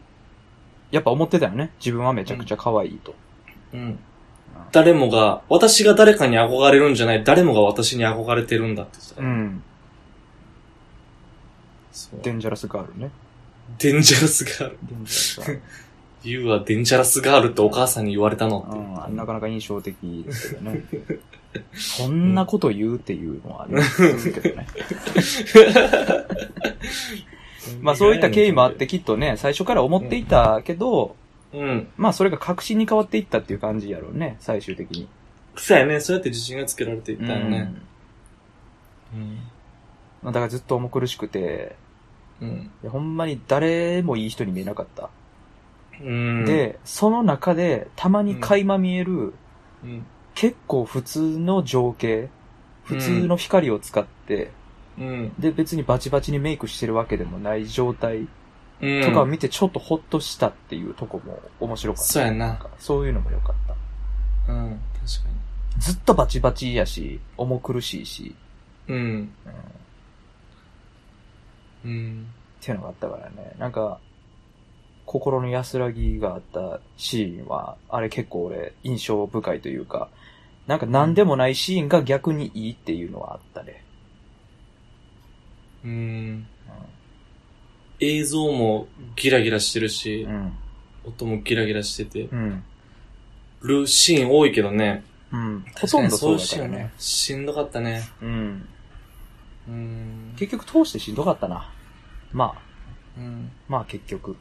Speaker 1: やっぱ思ってたよね。自分はめちゃくちゃ可愛いと。
Speaker 2: うん。誰もが、私が誰かに憧れるんじゃない、誰もが私に憧れてるんだって言ってた
Speaker 1: う
Speaker 2: よ。
Speaker 1: ん。
Speaker 2: そう
Speaker 1: デンジャラスガールね。
Speaker 2: デンジャラスガール。
Speaker 1: デンジャラスガー ル。
Speaker 2: You はデンジャラスガールってお母さんに言われたのって。
Speaker 1: うん、なかなか印象的ですけど ね。そんなこと言うっていうのはありますけどね。 まあそういった経緯もあっ。てきっとね、最初から思っていたけど、
Speaker 2: うん。
Speaker 1: まあそれが確信に変わっていったっていう感じやろうね、最終的に。
Speaker 2: そうやね。そうやって自信がつけられていったよ
Speaker 1: う
Speaker 2: ね。
Speaker 1: ん
Speaker 2: うん。
Speaker 1: まあだからずっと重苦しくて、
Speaker 2: うん。
Speaker 1: いやほんまに誰もいい人に見えなかった。
Speaker 2: うん、
Speaker 1: で、その中でたまに垣間見える、
Speaker 2: うん。
Speaker 1: 結構普通の情景、普通の光を使って、
Speaker 2: うん。
Speaker 1: で別にバチバチにメイクしてるわけでもない状態
Speaker 2: うん。
Speaker 1: とかを見てちょっとホッとしたっていうとこも面白かった。
Speaker 2: そうやなん
Speaker 1: かそういうのも良かった。
Speaker 2: うん。確か
Speaker 1: ずっとバチバチやし、重苦しいし、
Speaker 2: に。うん。
Speaker 1: うん、っ
Speaker 2: うん。
Speaker 1: ていうのがあったからね。なんか、心の安らぎがあったシーンは、あれ結構俺、印象深いというか、なんか何でもないシーンが逆にいいっていうのはあったね。
Speaker 2: うん。映像もギラギラしてるし
Speaker 1: う、ん。
Speaker 2: 音もギラギラしてて
Speaker 1: うん。
Speaker 2: るシーン多いけどね。
Speaker 1: うん。ほとんどそうだから
Speaker 2: 確かにそういうシーン
Speaker 1: ね
Speaker 2: は。しんどかったね。
Speaker 1: うん。
Speaker 2: うん。
Speaker 1: 結局通してしんどかったな。まあ、
Speaker 2: うん
Speaker 1: まあ結局。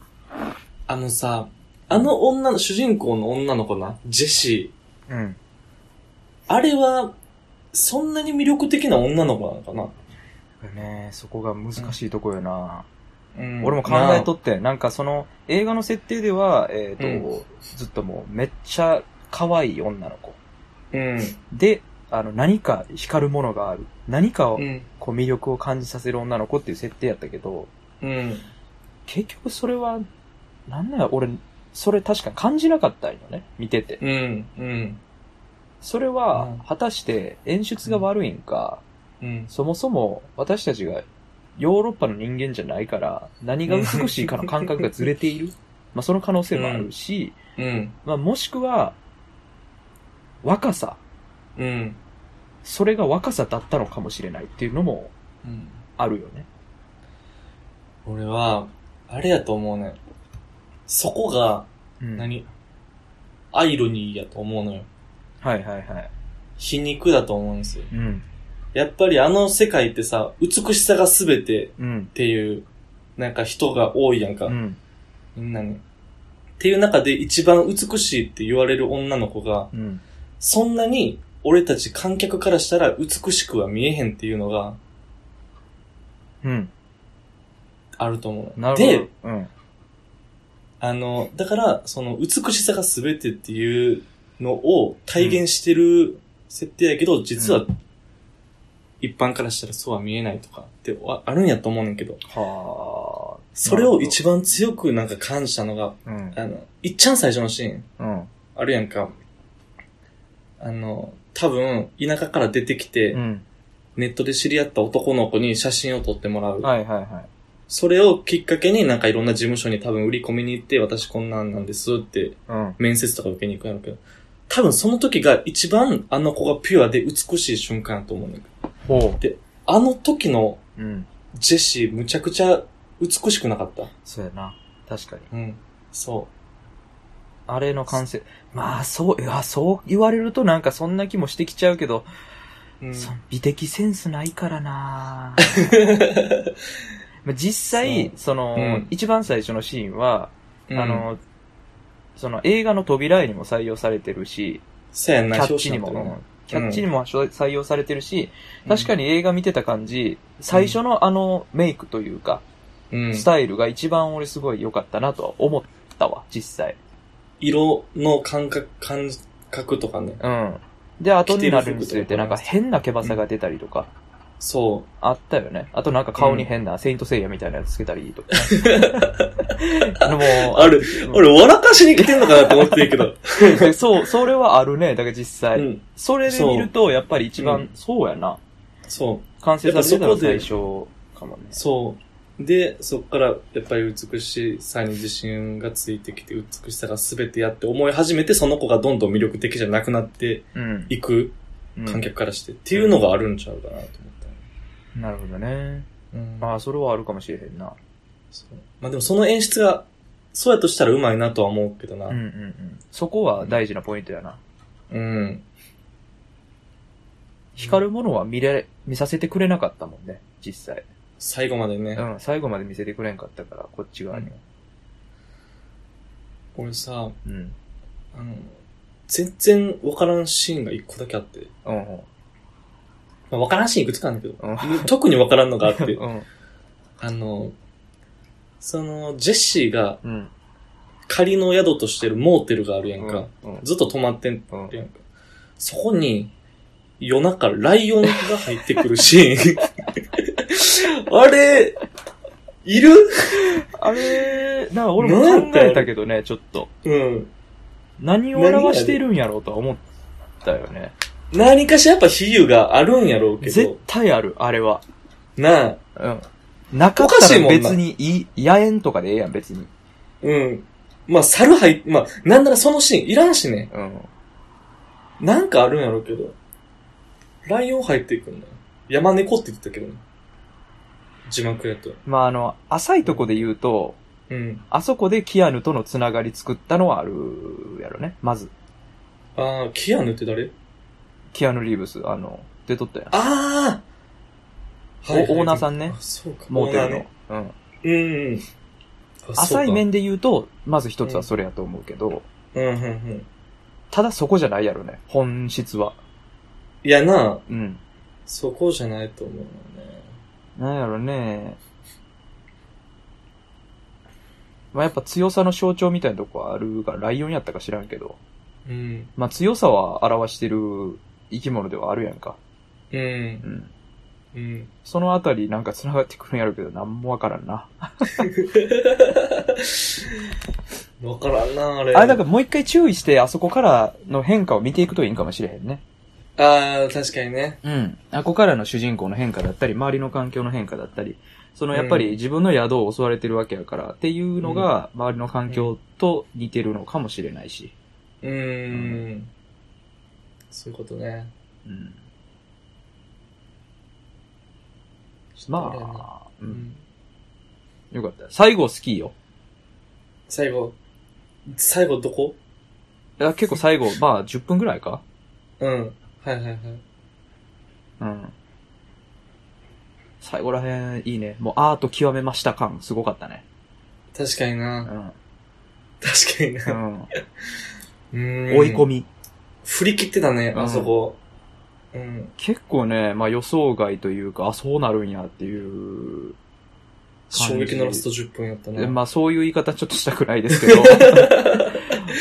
Speaker 2: あのさ、あの女の、主人公の女の子な、ジェシー。
Speaker 1: うん。
Speaker 2: あれは、そんなに魅力的な女の子なのか
Speaker 1: ねそこが難しいとこよな。
Speaker 2: な、うん
Speaker 1: 俺も考えとって、なんかその映画の設定では、えっ、と、ずっともうめっちゃ可愛い女の子。
Speaker 2: うん。
Speaker 1: で、あの、何か光るものがある。何かを
Speaker 2: う、ん。
Speaker 1: こう魅力を感じさせる女の子っていう設定やったけど、
Speaker 2: うん。
Speaker 1: 結局それは、なんなんや、俺、それ確かに感じなかったんよね。見てて。
Speaker 2: うん。うん。
Speaker 1: それ
Speaker 2: うん
Speaker 1: は、果たして演出が悪いんか、
Speaker 2: うん。
Speaker 1: そもそも私たちがヨーロッパの人間じゃないから、何が美しいかの感覚がずれて いる。まあその可能性もあるし、
Speaker 2: うん。
Speaker 1: まあもしくは、若さ。
Speaker 2: うん。
Speaker 1: それが若さだったのかもしれないっていうのも
Speaker 2: うん。
Speaker 1: あるよね。
Speaker 2: 俺は、あれやと思うね。そこが、
Speaker 1: うん
Speaker 2: 何、アイロニーやと思うのよ。
Speaker 1: はいはいはい。
Speaker 2: 皮肉だと思うんですよ。
Speaker 1: うん。
Speaker 2: やっぱりあの世界ってさ、美しさが全てっ
Speaker 1: うん。
Speaker 2: ていう、なんか人が多いやんか。
Speaker 1: うん。
Speaker 2: みんなに。っていう中で一番美しいって言われる女の子が、
Speaker 1: うん。
Speaker 2: そんなに俺たち観客からしたら美しくは見えへんっていうのが
Speaker 1: うん。
Speaker 2: あると思う。
Speaker 1: なるほど。
Speaker 2: で、
Speaker 1: うん。
Speaker 2: あの、だから、その美しさが全てっていうのを体現してる設定やけど、実は一般からしたらそうは見えないとかってああるんやと思うねんけど、
Speaker 1: はあ。
Speaker 2: それを一番強くなんか感じたのが、
Speaker 1: うん。
Speaker 2: あの、いっちゃん最初のシーン。
Speaker 1: うん。
Speaker 2: あるやんか。あの、多分、田舎から出てきて、
Speaker 1: うん。
Speaker 2: ネットで知り合った男の子に写真を撮ってもらう
Speaker 1: はいはいはい。
Speaker 2: それをきっかけになんかいろんな事務所に多分売り込みに行って、私こんなんなんですって
Speaker 1: うん。
Speaker 2: 面接とか受けに行くんやろうけど、多分その時が一番あの子がピュアで美しい瞬間やと思うねん
Speaker 1: ほ
Speaker 2: あの時の
Speaker 1: う。うん。
Speaker 2: ジェシーむちゃくちゃ美しくなかった。
Speaker 1: そうやな。確かに。
Speaker 2: うん。そ
Speaker 1: あれの完成。まあ、そう、いや、そう言われるとなんかそんな気もしてきちゃうけど、
Speaker 2: う。うん。
Speaker 1: その美的センスないからなまあ実際、その、
Speaker 2: うん
Speaker 1: 一番最初のシーンは、
Speaker 2: うん
Speaker 1: あ、の、その映画の扉絵にも採用されてるし、
Speaker 2: そうやん
Speaker 1: キ
Speaker 2: な、
Speaker 1: ャッチにも、
Speaker 2: 表紙になっ
Speaker 1: うんキャッチにも採用されてるし、
Speaker 2: たな
Speaker 1: 確か、に映画見てた感じ、最初のあのメイクというか、
Speaker 2: うん、
Speaker 1: スタイルが一番俺すごい良かったなとは思ったわ、実際。
Speaker 2: 色の感覚、感覚とかね。
Speaker 1: うん。で、後になるにつ
Speaker 2: 着
Speaker 1: れ
Speaker 2: て
Speaker 1: て、
Speaker 2: る服とか
Speaker 1: なんか変な毛羽さが出たりとか、
Speaker 2: そ
Speaker 1: あったよね。あとなんか顔に変な、セイントセイヤみたいなやつつけたり とか。で
Speaker 2: う。
Speaker 1: も
Speaker 2: ある。
Speaker 1: うん
Speaker 2: 俺、笑かしに来てんのかなと思ってるけど。
Speaker 1: そう、それ はあるね。だから実際。
Speaker 2: うん。
Speaker 1: それで見ると、やっぱり一番、
Speaker 2: うん
Speaker 1: そうやな。
Speaker 2: そう。
Speaker 1: 完成されてた
Speaker 2: や
Speaker 1: の
Speaker 2: っぱそこ
Speaker 1: 最
Speaker 2: で
Speaker 1: 初かもね。
Speaker 2: そう。で、そこから、やっぱり美しさに自信がついてきて、美しさが全てやって思い始めて、その子がどんどん魅力的じゃなくなって
Speaker 1: うん。
Speaker 2: いく
Speaker 1: うん
Speaker 2: 観客からして、っていうのがあるんちゃうかなと思ったね。
Speaker 1: なるほどね。
Speaker 2: うん
Speaker 1: まあ、それはあるかもしれへんな。
Speaker 2: そうまあでもその演出が、そうやとしたらうまいなとは思うけどな。
Speaker 1: うんうんうん。そこは大事なポイントやな。
Speaker 2: うん。
Speaker 1: 光るものは見れ、見させてくれなかったもんね、実際。
Speaker 2: 最後までね。
Speaker 1: うん、最後まで見せてくれんかったから、こっち側には。
Speaker 2: 俺さ、
Speaker 1: うん。
Speaker 2: あの、全然わからんシーンが一個だけあって。
Speaker 1: うん。うん。
Speaker 2: まあ、わからんシーンいくつかある んだけど、
Speaker 1: うん
Speaker 2: 特にわからんのがあって、
Speaker 1: うん。
Speaker 2: あの、その、ジェシーが
Speaker 1: うん。
Speaker 2: 仮の宿としてるモーテルがあるやんか。
Speaker 1: うん。うん
Speaker 2: ずっと泊まってん
Speaker 1: うん。
Speaker 2: やんか。そこに、夜中ライオンが入ってくるシー ン。あれ、いる
Speaker 1: あれ、なんか俺も考えたけどね、ちょっと。
Speaker 2: うん。
Speaker 1: 何を表してるんやろうとは思ったよね。
Speaker 2: 何かしらやっぱ比喩があるんやろうけ
Speaker 1: 絶
Speaker 2: ど、
Speaker 1: 対ある、あれは。
Speaker 2: なあ、
Speaker 1: うん。なかっ
Speaker 2: おか
Speaker 1: た
Speaker 2: しい
Speaker 1: ら
Speaker 2: もんな
Speaker 1: 別にいい、野縁とかでええやん、別に。
Speaker 2: うん。まあ、猿入っ、まあ、なんならそのシーンいらんしね。
Speaker 1: うん。
Speaker 2: なんかあるんやろうけど、ライオン入っていくんだよ。山猫って言ってたけどね。字幕やと。
Speaker 1: まあ、あの、浅いとこで言うと、
Speaker 2: うん。
Speaker 1: あそこでキアヌとのつながり作ったのはあるやろね、まず。
Speaker 2: あー、キアヌって誰
Speaker 1: キアヌ・リーブス、あの、出とったやん。
Speaker 2: あー
Speaker 1: おオーナーさんね
Speaker 2: あそうか。
Speaker 1: モーテ
Speaker 2: オーナー
Speaker 1: ル
Speaker 2: ね。
Speaker 1: の。うん。
Speaker 2: うんうん。あ
Speaker 1: 浅い。面で言うと、まず一つはそれやと思うけど、
Speaker 2: そうかうんうんうん。
Speaker 1: ただそこじゃないやろね、本質は。
Speaker 2: いやな、
Speaker 1: うん。
Speaker 2: そこじゃないと思うのね。
Speaker 1: なんやろね。まあ、やっぱ強さの象徴みたいなとこあるから、ライオンやったか知らんけど。
Speaker 2: うん。
Speaker 1: まあ、強さは表してる生き物ではあるやんか。
Speaker 2: う。
Speaker 1: うんん。
Speaker 2: うん。
Speaker 1: そのあたりなんか繋がってくるんやろうけど、なんもわからんな。
Speaker 2: わからんな、あれ。
Speaker 1: あれ、だからもう一回注意して、あそこからの変化を見ていくといいんかもしれへんね。
Speaker 2: あー、確かにね。
Speaker 1: うん。あここからの主人公の変化だったり、周りの環境の変化だったり、そのやっぱ
Speaker 2: うん
Speaker 1: り自分の宿を襲われてるわけやから、っていうのが、周りの環境と似てるのかもしれないし。
Speaker 2: うーん。そういうことね。
Speaker 1: うん。
Speaker 2: ちょっとれやな
Speaker 1: まあ、う。
Speaker 2: うんん。
Speaker 1: よかった。最後好きよ。
Speaker 2: 最後。最後どこ
Speaker 1: いや結構最後、 まあ10分ぐらいか
Speaker 2: うん。はいはいはい。
Speaker 1: うん。最後らへん、いいね。もうアート極めました感、すごかったね。
Speaker 2: 確かに
Speaker 1: う
Speaker 2: な。
Speaker 1: ん。
Speaker 2: 確かにな。
Speaker 1: う
Speaker 2: うー
Speaker 1: ん。
Speaker 2: ん
Speaker 1: 追い込。み。
Speaker 2: 振り切ってたね、
Speaker 1: うん
Speaker 2: あそこ。うん。
Speaker 1: 結構ね、まあ予想外というか、あ、そうなるんやっていう。じ
Speaker 2: 衝撃のラスト10分やったな。
Speaker 1: まあそういう言い方ちょっとしたくないですけ ど。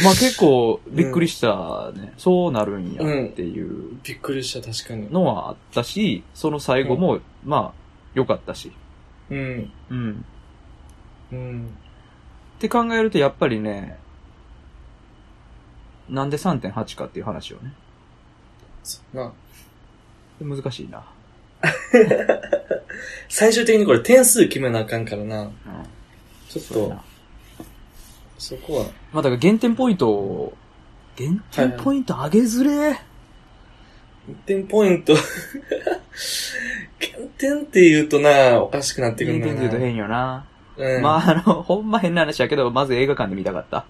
Speaker 1: まあ結構びっくりしたね。そうなるんやっていう
Speaker 2: びっくりした、確かに。
Speaker 1: のはあったし、その最後も、まあ良かったし。
Speaker 2: うん。
Speaker 1: うん。
Speaker 2: うん。
Speaker 1: って考えるとやっぱりね、なんで3.8かっていう話をね。
Speaker 2: そうな。
Speaker 1: 難しいな。
Speaker 2: 最終的にこれ点数決めなあかんからな。
Speaker 1: うん
Speaker 2: ちょっ
Speaker 1: そうや
Speaker 2: と
Speaker 1: な、
Speaker 2: そこは、
Speaker 1: まあだから減点ポイントを、減点ポイント上げずれ、
Speaker 2: 減点ポイント。 減点って言うとな、おかしくなってくる
Speaker 1: 減
Speaker 2: ん
Speaker 1: 点
Speaker 2: だよ
Speaker 1: って言
Speaker 2: な。
Speaker 1: うと変よな。
Speaker 2: うん、
Speaker 1: まああの、ほんま変な話やけど、まず映画館で見たかった。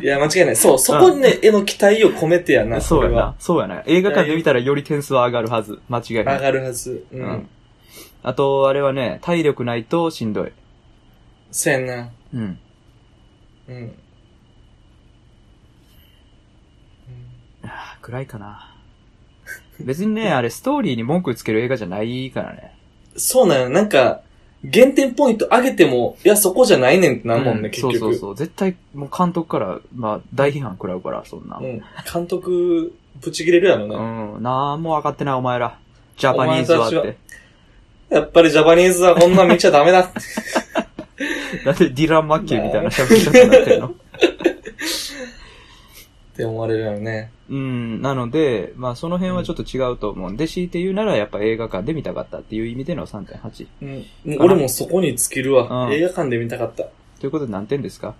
Speaker 2: いや、間違いない。そう、そこにね、絵の期待を込めてやな、
Speaker 1: そうや
Speaker 2: れは
Speaker 1: な。。そうやな。映画館で見たらより点数は上がるはず。間違いな
Speaker 2: 上
Speaker 1: い。
Speaker 2: がるはず。う。
Speaker 1: うんん。あと、あれはね、体力ないとしんどい。
Speaker 2: そうやんな。
Speaker 1: うん。
Speaker 2: うん。うん
Speaker 1: あー暗いかな。別にね、あれストーリーに文句つける映画じゃないからね。
Speaker 2: そうなの、なんか、減点ポイント上げても、いや、そこじゃないねんってなんもんね、
Speaker 1: う
Speaker 2: 結
Speaker 1: そう
Speaker 2: 局。
Speaker 1: そうそう。絶対、もう監督から、まあ、大批判食らうから、そんな。
Speaker 2: うん。監督、ぶち切れるやろな。
Speaker 1: うん、なんも分かってないお前ら。ジャパニーズはっ
Speaker 2: お前
Speaker 1: て。
Speaker 2: やっぱりジャパニーズはこんなん見ちゃダメだって。
Speaker 1: だってディラン・マッキーみたいな喋り方になって るの。
Speaker 2: って思われるよね。
Speaker 1: うん、なので、まあその辺はちょっと違うと思うんで、強いて言うならやっぱ映画館で見たかったっていう意味での3.8。
Speaker 2: うん。俺もそこに尽きるわ。
Speaker 1: うん
Speaker 2: 映画館で見たかった。
Speaker 1: ということで何点ですか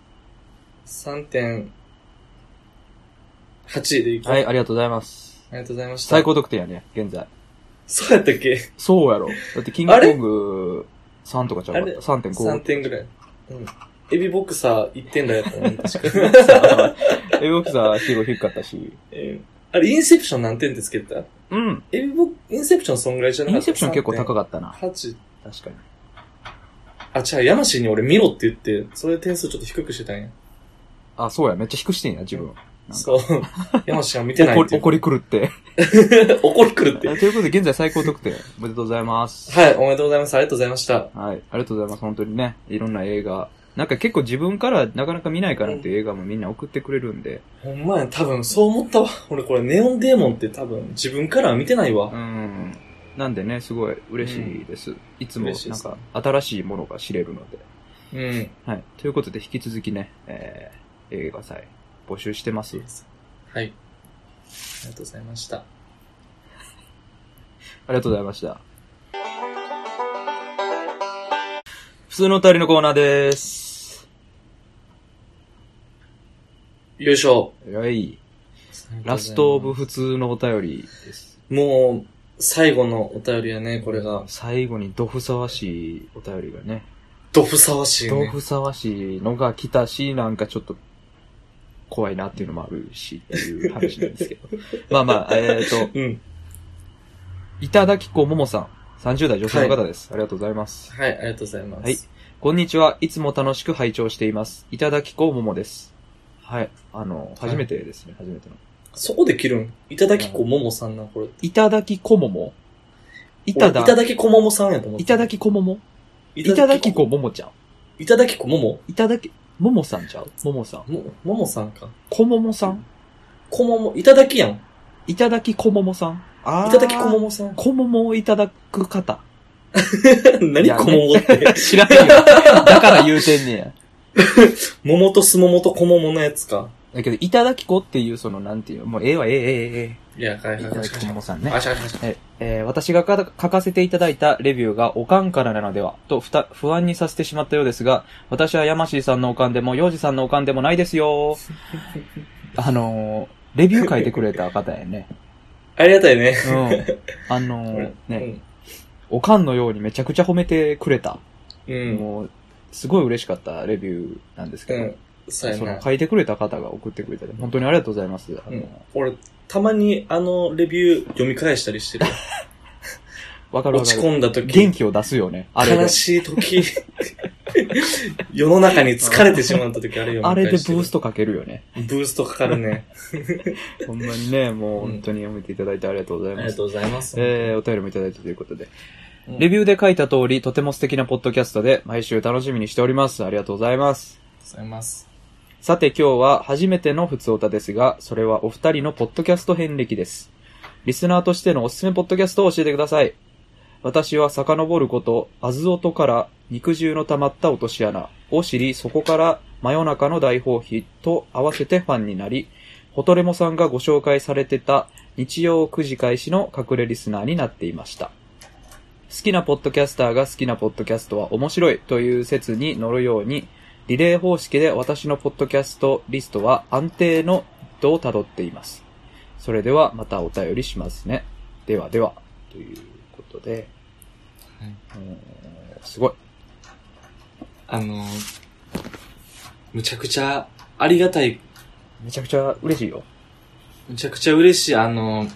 Speaker 2: 3.8でいこう、
Speaker 1: はい、ありがとうございます。
Speaker 2: ありがとうございました。
Speaker 1: 最。高得点やね、現在。
Speaker 2: そうやったっけ
Speaker 1: そうやろ。だってキングコング3とかちゃうかった。
Speaker 2: ?3
Speaker 1: 3.5。
Speaker 2: 点ぐらい。うん。エビボクサー1点台やったね、確か に。
Speaker 1: エボクサー結構低かったし。
Speaker 2: えーあれ、インセプション何点ってつけた
Speaker 1: うん。
Speaker 2: エビボ、インセプションそんぐらいじゃな
Speaker 1: イ
Speaker 2: かっ
Speaker 1: ン
Speaker 2: た
Speaker 1: セプション結構高
Speaker 2: か
Speaker 1: かったな。
Speaker 2: 8。
Speaker 1: 確かに。
Speaker 2: あ、違う、ヤマシに俺見ろって言って、それで点数ちょっと低くしてたんや。
Speaker 1: あ、そうや、めっちゃ低くしてんや、自分。なんか
Speaker 2: そう。ヤマシは見てない
Speaker 1: 怒
Speaker 2: っ
Speaker 1: り
Speaker 2: ていう
Speaker 1: 怒り狂って。
Speaker 2: 怒りくるっ
Speaker 1: と
Speaker 2: て。
Speaker 1: いうことで、現在最高得点、おめでとうございます。
Speaker 2: はい、おめでとうございます。ありがとうございました。
Speaker 1: はい、ありがとうございます。本当にね、いろんな映画。なんか結構自分からなかなか見ないからっていう映画もみんな送ってくれるんで。
Speaker 2: ほんまや、多分そう思ったわ。俺これネオンデーモンって多分自分からは見てないうわ。
Speaker 1: ん。なんでね、すごい嬉しいです。いつも
Speaker 2: 嬉しいで
Speaker 1: なん
Speaker 2: す
Speaker 1: か新しいものが知れるので。
Speaker 2: うん。
Speaker 1: はい。ということで、引き続きね、えー、映画祭募集してます。
Speaker 2: はい。ありがとうございました。
Speaker 1: ありがとうございました。普通のお便りのコーナーです。
Speaker 2: よいしょ。
Speaker 1: はい。ラストオブ。普通のお便りです。
Speaker 2: もう、最後のお便りやね、これが。
Speaker 1: 最後にどふさわしいお便りがね。
Speaker 2: どふさわしい
Speaker 1: ど
Speaker 2: ね。
Speaker 1: ふさわしいのが来たし、なんかちょっと怖いなっていうのもあるしっていう話なんですけど。 まあまあ、えっ、と、
Speaker 2: うん。
Speaker 1: いただきこももさん。30代女性の方です、ありがとうございます。
Speaker 2: はい、ありがとうございます。
Speaker 1: はい。こんにちは。いつも楽しく拝聴しています。いただきこももです。はい。あの、
Speaker 2: はい
Speaker 1: 初めてですね、初めての。
Speaker 2: そこで切るんいただきこももさんな、これ。
Speaker 1: いただきこもも。い
Speaker 2: 俺
Speaker 1: た
Speaker 2: い
Speaker 1: だ、
Speaker 2: ただきこももさんやと思って。
Speaker 1: いただきこもも。
Speaker 2: い
Speaker 1: いただきこももちゃん。
Speaker 2: いただきこもも
Speaker 1: いただき、ももさんちゃうももさん。
Speaker 2: も、ももさんか。
Speaker 1: こももさん
Speaker 2: こもも、いただきやん。
Speaker 1: いただきこももさん。あ
Speaker 2: いただきこも
Speaker 1: も。
Speaker 2: もさん。
Speaker 1: こももをいただく方。
Speaker 2: 何こももって。
Speaker 1: 知らんよ。 だから言うてんねや。
Speaker 2: 桃と すももとこもものやつか。
Speaker 1: だけど、いただきこっていう、その、なんていうの、もう、ええわ、えええ
Speaker 2: いや、はい
Speaker 1: えええ。いただきこももさんね
Speaker 2: あ、。しゃしゃ
Speaker 1: ええー私がか書かせていただいたレビューがおかんからなのではとふた不安にさせてしまったようですが、私はヤマシーさんのおかんでも、ヨウジさんのおかんでもないですよ。あのー、レビュー書いてくれた方やね。
Speaker 2: ありがたいね。
Speaker 1: うん。あのー、ね、おかんのようにめちゃくちゃ褒めてくれた。
Speaker 2: うん。うん。
Speaker 1: もう、すごい嬉しかったレビューなんですけ
Speaker 2: う
Speaker 1: ど、
Speaker 2: ん。そうや
Speaker 1: その
Speaker 2: な。
Speaker 1: 書いてくれた方が送ってくれたで、本当にありがとうございます。あ
Speaker 2: うん
Speaker 1: の、
Speaker 2: 俺、たまにあのレビュー読み返したりしてる。
Speaker 1: わかるわ
Speaker 2: 落
Speaker 1: か
Speaker 2: ち
Speaker 1: る。
Speaker 2: 込んだ
Speaker 1: 元
Speaker 2: 時、
Speaker 1: 気を出すよね。あれで
Speaker 2: 悲。しい時、 世の中に疲れてしまった時あれよ。
Speaker 1: あれでブーストかけるよね。
Speaker 2: ブーストかかるね。
Speaker 1: ほんまにね、もう
Speaker 2: うん
Speaker 1: 本当に読めていただいてありがとうござい
Speaker 2: あり
Speaker 1: ま
Speaker 2: が
Speaker 1: す。
Speaker 2: とうございます。
Speaker 1: えー、お便りもいただいたということで。
Speaker 2: うん
Speaker 1: レビューで書いた通り、とても素敵なポッドキャストで、毎週楽しみにしております。ありがとうございます。
Speaker 2: ありがとうございます。
Speaker 1: さて今日は初めての普通オタですが、それはお二人のポッドキャスト遍歴です。リスナーとしてのおすすめポッドキャストを教えてください。私は遡ること、アズオトから肉汁の溜まった落とし穴を知り、そこから真夜中の大放棄と合わせてファンになり、ホトレモさんがご紹介されてた日曜9時開始の隠れリスナーになっていました。好きなポッドキャスターが好きなポッドキャストは面白いという説に乗るように、リレー方式で私のポッドキャストリストは安定の一途をたどっています。それではまたお便りしますね。ではでは、ということで、
Speaker 2: はいう
Speaker 1: ーんすごい。
Speaker 2: あの、むちゃくちゃありがたい、
Speaker 1: めちゃくちゃ嬉しいよ。
Speaker 2: むちゃくちゃ嬉しい、あの、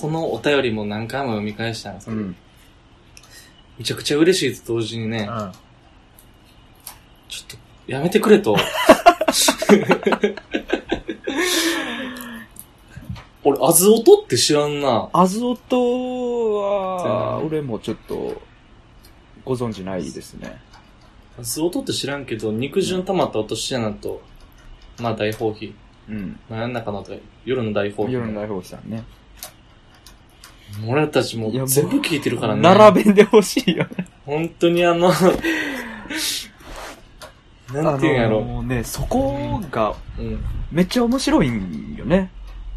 Speaker 2: このお便りも何回も読み返したんですけど、
Speaker 1: ん。
Speaker 2: むちゃくちゃ嬉しいと同時に
Speaker 1: う
Speaker 2: ね、
Speaker 1: ん。
Speaker 2: ちょっとやめてくれと。 俺、アズオトって知らんな。
Speaker 1: アズオトは、
Speaker 2: 全
Speaker 1: 俺もちょっと、ご存知ないですね。
Speaker 2: アズオトって知らんけど、肉汁の溜まった落とし穴と、まあ大放棄。
Speaker 1: うん。
Speaker 2: 真夜中の大、夜の大放棄。
Speaker 1: 夜の大放棄さんね。
Speaker 2: 俺たちも
Speaker 1: いやも
Speaker 2: う
Speaker 1: う
Speaker 2: 全部聞いてるからね。
Speaker 1: 並べんでほしいよね。
Speaker 2: 本当 にあの、なんていうんやろ。
Speaker 1: あのーね、そこが、
Speaker 2: うん。
Speaker 1: めっちゃ面白いんよね。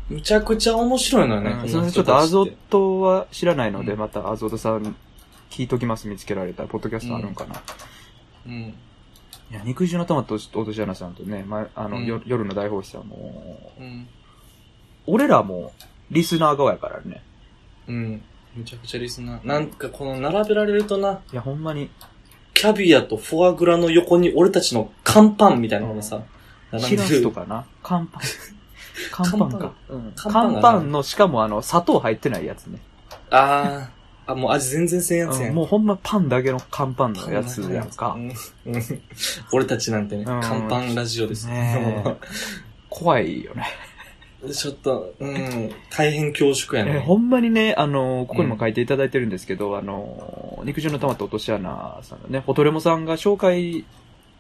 Speaker 2: むちゃくちゃ面白いのよね、
Speaker 1: う
Speaker 2: こ
Speaker 1: ん、
Speaker 2: の
Speaker 1: すいませんちょ
Speaker 2: 人
Speaker 1: っと
Speaker 2: た
Speaker 1: ア
Speaker 2: ち
Speaker 1: ゾ
Speaker 2: って
Speaker 1: ットは知らないので、
Speaker 2: うん
Speaker 1: またアゾットさん聞いときます、見つけられたら。ポッドキャストあるんかな。
Speaker 2: うん。
Speaker 1: いや、肉汁の玉と落とし穴さんとね、ま、あの、
Speaker 2: うん
Speaker 1: よ夜の大放棄さんも、
Speaker 2: うん。
Speaker 1: 俺らもリスナー側やからね。
Speaker 2: うん。むちゃくちゃリスナー。なんかこの並べられるとな、
Speaker 1: いや、ほんまに、
Speaker 2: キャビアとフォアグラの横に俺たちの乾パンみたいなのがさ、並
Speaker 1: シ
Speaker 2: ん
Speaker 1: ラ
Speaker 2: で
Speaker 1: ス
Speaker 2: る
Speaker 1: と。かな。乾パン。 乾パンか。うん
Speaker 2: 乾パン
Speaker 1: 乾パンの、しかもあの、砂糖入ってないやつね。
Speaker 2: あー。あ、もう味全然せんやつや。
Speaker 1: うんんもうほんまパンだけの乾パン
Speaker 2: パ
Speaker 1: の
Speaker 2: ン
Speaker 1: やつやんか
Speaker 2: う。んうん俺たちなんてね、
Speaker 1: うん
Speaker 2: 乾パンラジオです。
Speaker 1: ねえ怖いよね。
Speaker 2: ちょっと、うん、大変恐縮や
Speaker 1: えー
Speaker 2: ね。
Speaker 1: ほんまにね、あのーここにも書いていただいてるんですけど、あのー肉汁の玉と落とし穴さんのね、ホトレモさんが紹介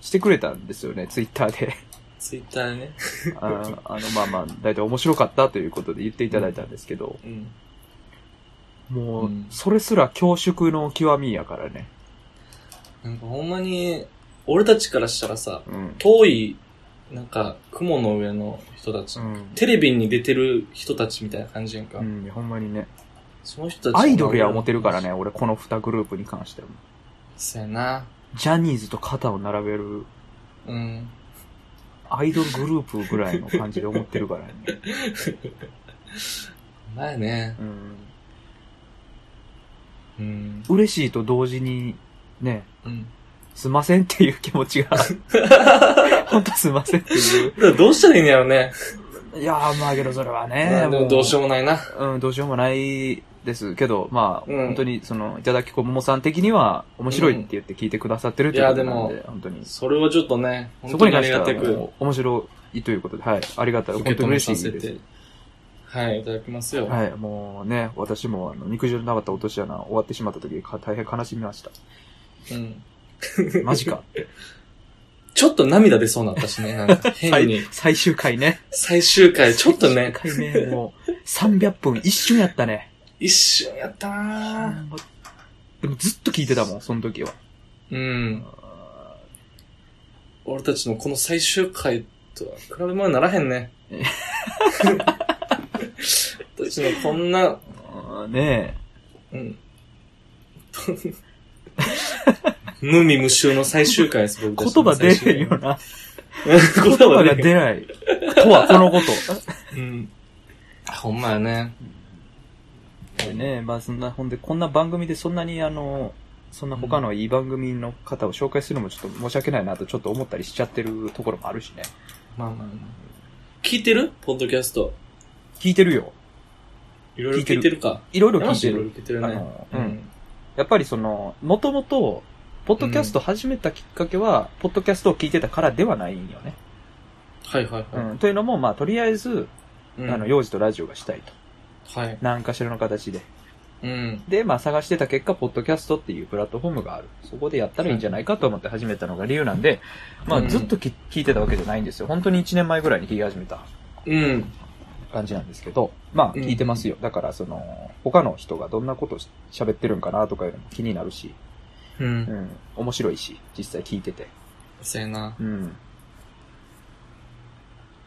Speaker 1: してくれたんですよね、ツイッター で。
Speaker 2: ツイッターね。
Speaker 1: あの、あのまあまあ、だいたい面白かったということで言っていただいたんですけど、
Speaker 2: うん。
Speaker 1: も
Speaker 2: う、
Speaker 1: うんそれすら恐縮の極みやからね。
Speaker 2: なんかほんまに、俺たちからしたらさ、
Speaker 1: うん。
Speaker 2: 遠い、なんか、雲の上の人たち、
Speaker 1: うん。
Speaker 2: テレビに出てる人たちみたいな感じやんか。
Speaker 1: うん、ほんまにね。
Speaker 2: その人たち。
Speaker 1: アイドルや思ってるから。ね、俺、この二グループに関しては。
Speaker 2: そうやな。
Speaker 1: ジャニーズと肩を並べる
Speaker 2: うん。
Speaker 1: アイドルグループぐらいの感じで思ってる からね。
Speaker 2: まあね。
Speaker 1: うん。
Speaker 2: うん。
Speaker 1: 嬉しいと同時に、ね、
Speaker 2: うん。
Speaker 1: すんませんっていう気持ち が、本当すんませんっていう。
Speaker 2: だから どうしたらいいんやろね。
Speaker 1: いやー、まあけどそれはね。
Speaker 2: まあでもどうしようもないな。
Speaker 1: うも。うん、どうしようもないですけど、まあ、
Speaker 2: うん
Speaker 1: 本当に、その、いただきこももさん的には、面白いって言って聞いてくださってるってことなん
Speaker 2: いや
Speaker 1: で、
Speaker 2: で
Speaker 1: 本当に。
Speaker 2: それはちょっとね、
Speaker 1: そ
Speaker 2: 本
Speaker 1: こ
Speaker 2: 当
Speaker 1: に
Speaker 2: にあ
Speaker 1: 関
Speaker 2: り
Speaker 1: して
Speaker 2: が
Speaker 1: は
Speaker 2: たく
Speaker 1: もう、面白いということで、はい、ありがたい。
Speaker 2: 受
Speaker 1: 本
Speaker 2: け
Speaker 1: 当
Speaker 2: 止
Speaker 1: に
Speaker 2: めさ
Speaker 1: 嬉しい
Speaker 2: せ
Speaker 1: です
Speaker 2: て。、はい、いただきますよ。
Speaker 1: はい、もうね、私も、あの、肉汁のなかった落とし穴終わってしまった時、か大変悲しみま した。
Speaker 2: うん。
Speaker 1: マジか。
Speaker 2: ちょっと涙出そうになったしね、なんか変に
Speaker 1: 最。最終回ね。
Speaker 2: 最終回、ちょっとね、
Speaker 1: 最終回ね、もう、300分一瞬やったね。
Speaker 2: 一瞬やったな
Speaker 1: でもずっと聞いてたもん、その時は。
Speaker 2: うん。俺たちのこの最終回とは比べ物にならへんね。 俺たちのこんな、
Speaker 1: うんね
Speaker 2: うん。無味無臭の最終回です、
Speaker 1: え。
Speaker 2: 僕たち
Speaker 1: 言
Speaker 2: の
Speaker 1: 葉
Speaker 2: 最
Speaker 1: 出
Speaker 2: 終回
Speaker 1: るよな。
Speaker 2: 言
Speaker 1: 言
Speaker 2: 葉
Speaker 1: 葉
Speaker 2: が
Speaker 1: が
Speaker 2: 出
Speaker 1: 出 ない。とはこのこと。
Speaker 2: うん。ほんまやね。
Speaker 1: ねえ、まあそんな、ほんで、こんな番組でそんなにあの、そんな他のいい番組の方を紹介するのもちょっと申し訳ないなとちょっと思ったりしちゃってるところもあるしね。
Speaker 2: まあまあ。聞いてるポッドキャスト。
Speaker 1: 聞いてるよ。
Speaker 2: いろいろ聞いてるか。
Speaker 1: いろいろ
Speaker 2: 山
Speaker 1: 聞い
Speaker 2: 下
Speaker 1: て
Speaker 2: いろいろ
Speaker 1: る。
Speaker 2: 聞いてる
Speaker 1: あ
Speaker 2: ね。
Speaker 1: のうん。やっぱりその、もともと、ポッドキャスト始めたきっかけは、ポッドキャストを聞いてたからではないんよね。
Speaker 2: はいはいは
Speaker 1: うん。というのも、まあ、とりあえず、
Speaker 2: い。うん
Speaker 1: あの、幼児とラジオがしたいと。
Speaker 2: はい。
Speaker 1: 何かしらの形で。
Speaker 2: うん。
Speaker 1: で、まあ、探してた結果、ポッドキャストっていうプラットフォームがある。そこでやったらいいんじゃないかと思って始めたのが理由なんで、まあ、
Speaker 2: うん
Speaker 1: ずっとき聞いてたわけじゃないんですよ。本当に1年前ぐらいに聞き始めた
Speaker 2: うん。
Speaker 1: 感じなんですけど、まあ、
Speaker 2: うん
Speaker 1: 聞いてますよ。だから、その、他の人がどんなことし喋ってるんかなとかいうのも気になるし、
Speaker 2: う。
Speaker 1: うんん、面白いし、実際聞いてて。
Speaker 2: そうやな。
Speaker 1: うん。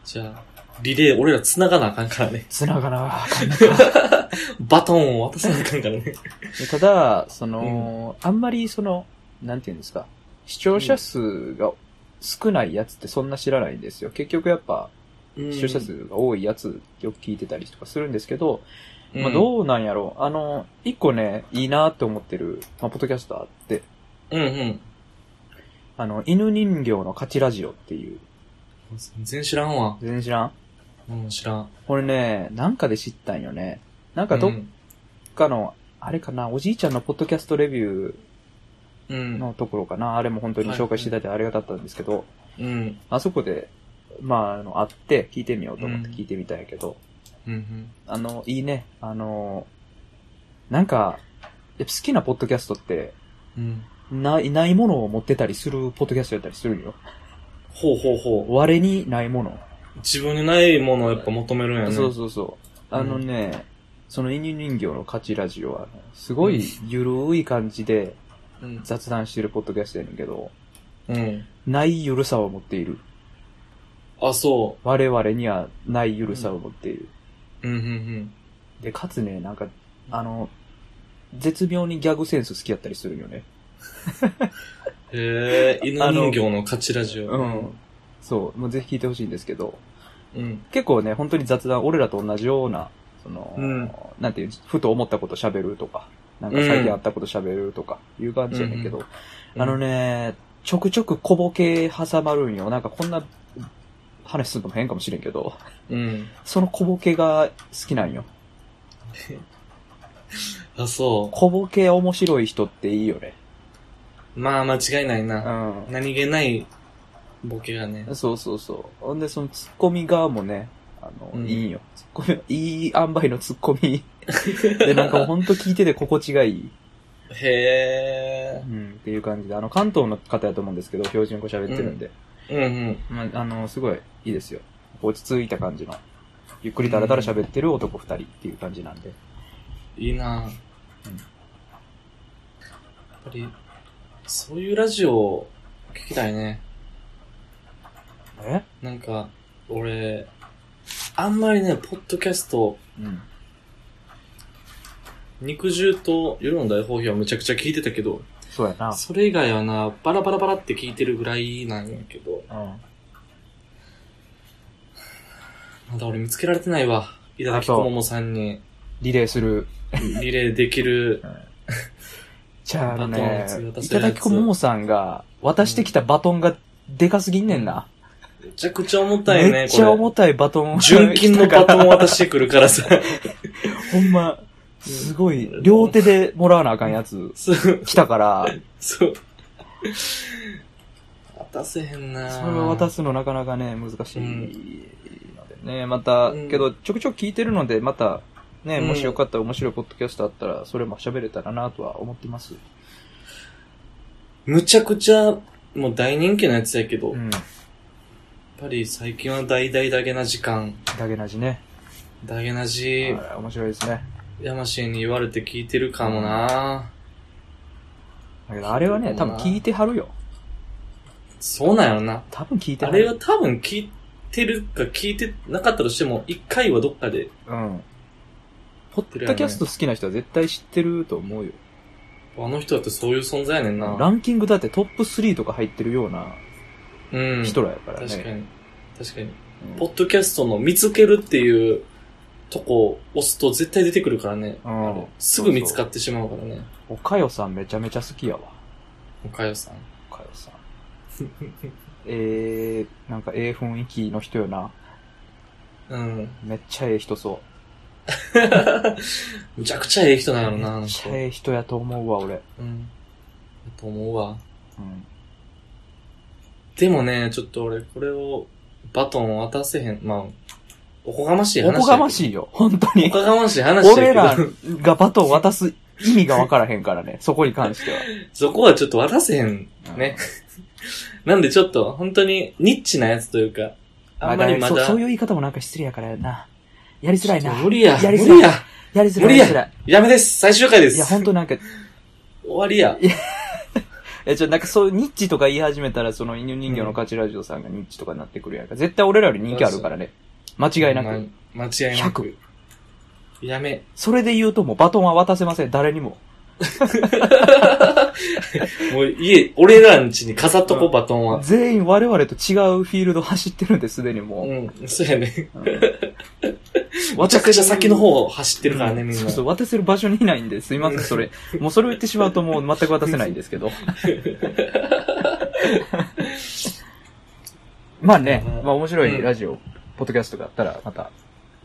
Speaker 2: じゃあ、リレー俺ら繋がなあかんからね。
Speaker 1: 繋がなあかん
Speaker 2: バトンを渡さなあかんから ね。
Speaker 1: でただ、その、あんまりその、なんていうんですか、視聴者数が少ないやつってそんな知らないんですよ。結局やっぱ、視聴者数が多いやつよく聞いてたりとかするんですけど、
Speaker 2: うん、
Speaker 1: まあどうなんやろう。あの、一個ね、いいなって思ってる、まあ、ポッドキャストあって、
Speaker 2: うんうん。
Speaker 1: あの、犬人形の勝ちラジオっていう、
Speaker 2: 全然知らんわ。
Speaker 1: 全然知らん
Speaker 2: うん、知らん。
Speaker 1: これね、なんかで知ったんよね。なんかどっ
Speaker 2: うん
Speaker 1: かの、あれかな、おじいちゃんのポッドキャストレビュ
Speaker 2: うん。
Speaker 1: ーのところかな、あれも本当に紹介していただいてありがたかったんですけど、
Speaker 2: うん。
Speaker 1: あそこで、まあ、あの、会って聞いてみようと思って
Speaker 2: うん
Speaker 1: 聞いてみたんやけど、
Speaker 2: うん。
Speaker 1: あの、いいね。あの、なんか、やっぱ好きなポッドキャストって、
Speaker 2: うん。
Speaker 1: ない、ないものを持ってたりするポッドキャストやったりするんよ。
Speaker 2: ほうほうほ
Speaker 1: 我にないもの。
Speaker 2: う。自分にないものをやっぱ求めるんやね。
Speaker 1: そうそうそう。あのね、その犬人形の勝ちラジオは、ね、すごいゆるい感じで
Speaker 2: うん。
Speaker 1: 雑談してるポッドキャストやねんけど、
Speaker 2: うん。
Speaker 1: ないゆるさを持っている。
Speaker 2: あ、そ
Speaker 1: 我々にはないゆるさを持っている。
Speaker 2: う。うん、うん、
Speaker 1: で、かつね、なんか、あの、絶妙にギャグセンス好きやったりするんよね。
Speaker 2: うん。へえ、犬
Speaker 1: あの
Speaker 2: 人形の勝ちラジオ。
Speaker 1: うん。そう。もうぜひ聞いてほしいんですけど、
Speaker 2: うん。
Speaker 1: 結構ね、本当に雑談、俺らと同じような、その、
Speaker 2: うん
Speaker 1: なんていう、ふと思ったこと喋るとか、なんか最近あったこと喋るとか、いう感じやねんけど、あのね、ちょくちょく小ボケ挟まるんよ。なんかこんな話するのも変かもしれんけど、
Speaker 2: うん。
Speaker 1: その小ボケが好きなんよ。
Speaker 2: あ、そ
Speaker 1: 小ボケ面白い人っていいよね。
Speaker 2: う。まあ、間違いないうな。
Speaker 1: ん。
Speaker 2: 何気ないボケがね。
Speaker 1: そうそうそう。ほんで、そのツッコミ側もね、あの、
Speaker 2: うん
Speaker 1: いいよ。ツッコミ、いい塩梅のツッコミ。 で、なんかほんと聞いてて心地がいい。
Speaker 2: へ
Speaker 1: うん、っていう感じで、あの、関東の方やと思うんですけど、標準語喋ってるんで。
Speaker 2: え。うん、うん。
Speaker 1: まあ、あの、すごいいいですよ。落ち着いた感じの。ゆっくりだらだら喋ってる男二人っていう感じなんで。
Speaker 2: いいなぁ、やっぱり、そういうラジオを聞きたいね。
Speaker 1: え
Speaker 2: なんか、俺、あんまりね、ポッドキャスト、
Speaker 1: うん。
Speaker 2: 肉汁と夜の大放棄はむちゃくちゃ聞いてたけど、
Speaker 1: そうやな。
Speaker 2: それ以外はな、バラバラバラって聞いてるぐらいなんやけど、
Speaker 1: う
Speaker 2: まだ俺見つけられてないわ。いただきこももさんに
Speaker 1: ん。リレーする。
Speaker 2: リレーできる。
Speaker 1: じゃあ、あのね
Speaker 2: バトンを渡せるや、つ
Speaker 1: いただきこももさんが渡してきたバトンがでかすぎんねんな。
Speaker 2: めちゃくちゃ重たいね、これ。
Speaker 1: めっちゃ重たいバトンを
Speaker 2: 純金のバトンを渡
Speaker 1: し
Speaker 2: してくるからさ。
Speaker 1: ほんま、すごい、両手でもらわなあかんやつ
Speaker 2: そう
Speaker 1: 来たから、
Speaker 2: そう。渡せへんな
Speaker 1: それを渡
Speaker 2: せ。
Speaker 1: すのなかなかね、難しいのでね、また
Speaker 2: うん、
Speaker 1: けど、ちょくちょく聞いてるので、また、ね、
Speaker 2: うん
Speaker 1: もしよかったら面白いポッドキャストあったら、それも喋れたらなとは思ってます。
Speaker 2: むちゃくちゃ、もう大人気のやつやけど、
Speaker 1: う
Speaker 2: やっ
Speaker 1: ん。
Speaker 2: ぱり最近は大々だけな時間、
Speaker 1: ダゲなじね。
Speaker 2: だけな
Speaker 1: あ
Speaker 2: じ、
Speaker 1: ら面白いですね。
Speaker 2: やましいに言われて聞いてるかもな
Speaker 1: だけど、あれはね、多分聞いてはるよ。
Speaker 2: そうなんやろな。
Speaker 1: 多分聞いて
Speaker 2: あ
Speaker 1: は
Speaker 2: れ
Speaker 1: る。
Speaker 2: は多分聞いてるか聞いてなかったとしても、一回はどっかで、
Speaker 1: うん。ポッドキャスト好きな人は絶対知ってると思うよ。
Speaker 2: あの人だってそういう存在やねんな。
Speaker 1: ランキングだってトップ3とか入ってるような
Speaker 2: うん。
Speaker 1: 人らやからね。
Speaker 2: 確かに。確かに。
Speaker 1: うん
Speaker 2: ポッドキャストの見つけるっていうとこを押すと絶対出てくるからね。
Speaker 1: うん
Speaker 2: あれすぐ見つかってしまうからね。
Speaker 1: おかよさんめちゃめちゃ好きやわ。
Speaker 2: おか よさん。
Speaker 1: おかよさん。えー、なんかええ雰囲気の人よな。
Speaker 2: うん。
Speaker 1: めっちゃええ人そ
Speaker 2: むちゃくちゃええ人
Speaker 1: う。
Speaker 2: なんやろな、あ
Speaker 1: め
Speaker 2: の
Speaker 1: っち
Speaker 2: 人。
Speaker 1: ゃ
Speaker 2: う
Speaker 1: ええ人やと思うわ、俺。
Speaker 2: ん。だと思うわ。
Speaker 1: うん。
Speaker 2: でもね、ちょっと俺、これを、バトンを渡せへん。まあ、おこがましい
Speaker 1: お
Speaker 2: 話やけど。
Speaker 1: こがましいよ、本当
Speaker 2: お
Speaker 1: に。
Speaker 2: こがましい話やけど。
Speaker 1: 俺らがバトンを渡す意味がわからへんからね、そこに関しては。
Speaker 2: そこはちょっと渡せへん。ね。 なんでちょっと、本当に、ニッチなやつというか、あんまりま
Speaker 1: そ
Speaker 2: だ。
Speaker 1: そういう言い方もなんか失礼やからな。やりづらいな。
Speaker 2: 無理や。
Speaker 1: や
Speaker 2: 無
Speaker 1: りづ
Speaker 2: 理
Speaker 1: らい。
Speaker 2: や。
Speaker 1: やりづ
Speaker 2: 無
Speaker 1: らい。
Speaker 2: 理
Speaker 1: やりづら
Speaker 2: や
Speaker 1: い。。
Speaker 2: やめです。最終回です。
Speaker 1: いや、本当なんか、
Speaker 2: 終わりや。
Speaker 1: え、じゃなんかそう、ニッチとか言い始めたら、その犬人形の勝ちラジオさんがニッチとかになってくるやんか。絶対俺らより人気あるからね。間違いなく。
Speaker 2: ま間違いなく。
Speaker 1: 100。
Speaker 2: やめ。
Speaker 1: それで言うともうバトンは渡せません、誰にも。
Speaker 2: もう家、俺らん家に飾っとこ、
Speaker 1: うん
Speaker 2: バトンは。
Speaker 1: 全員我々と違うフィールド走ってるんですでにもう。
Speaker 2: うん、そうやね。
Speaker 1: わ
Speaker 2: めちゃくちゃ先の方を走って
Speaker 1: て
Speaker 2: るからね、みんな。
Speaker 1: そうそう、渡せる場所にいないんですいません、それ。もうそれを言ってしまうともう全く渡せないんです けど。まあね、まあ面白いラジオ、ポッドキャストがあったら、また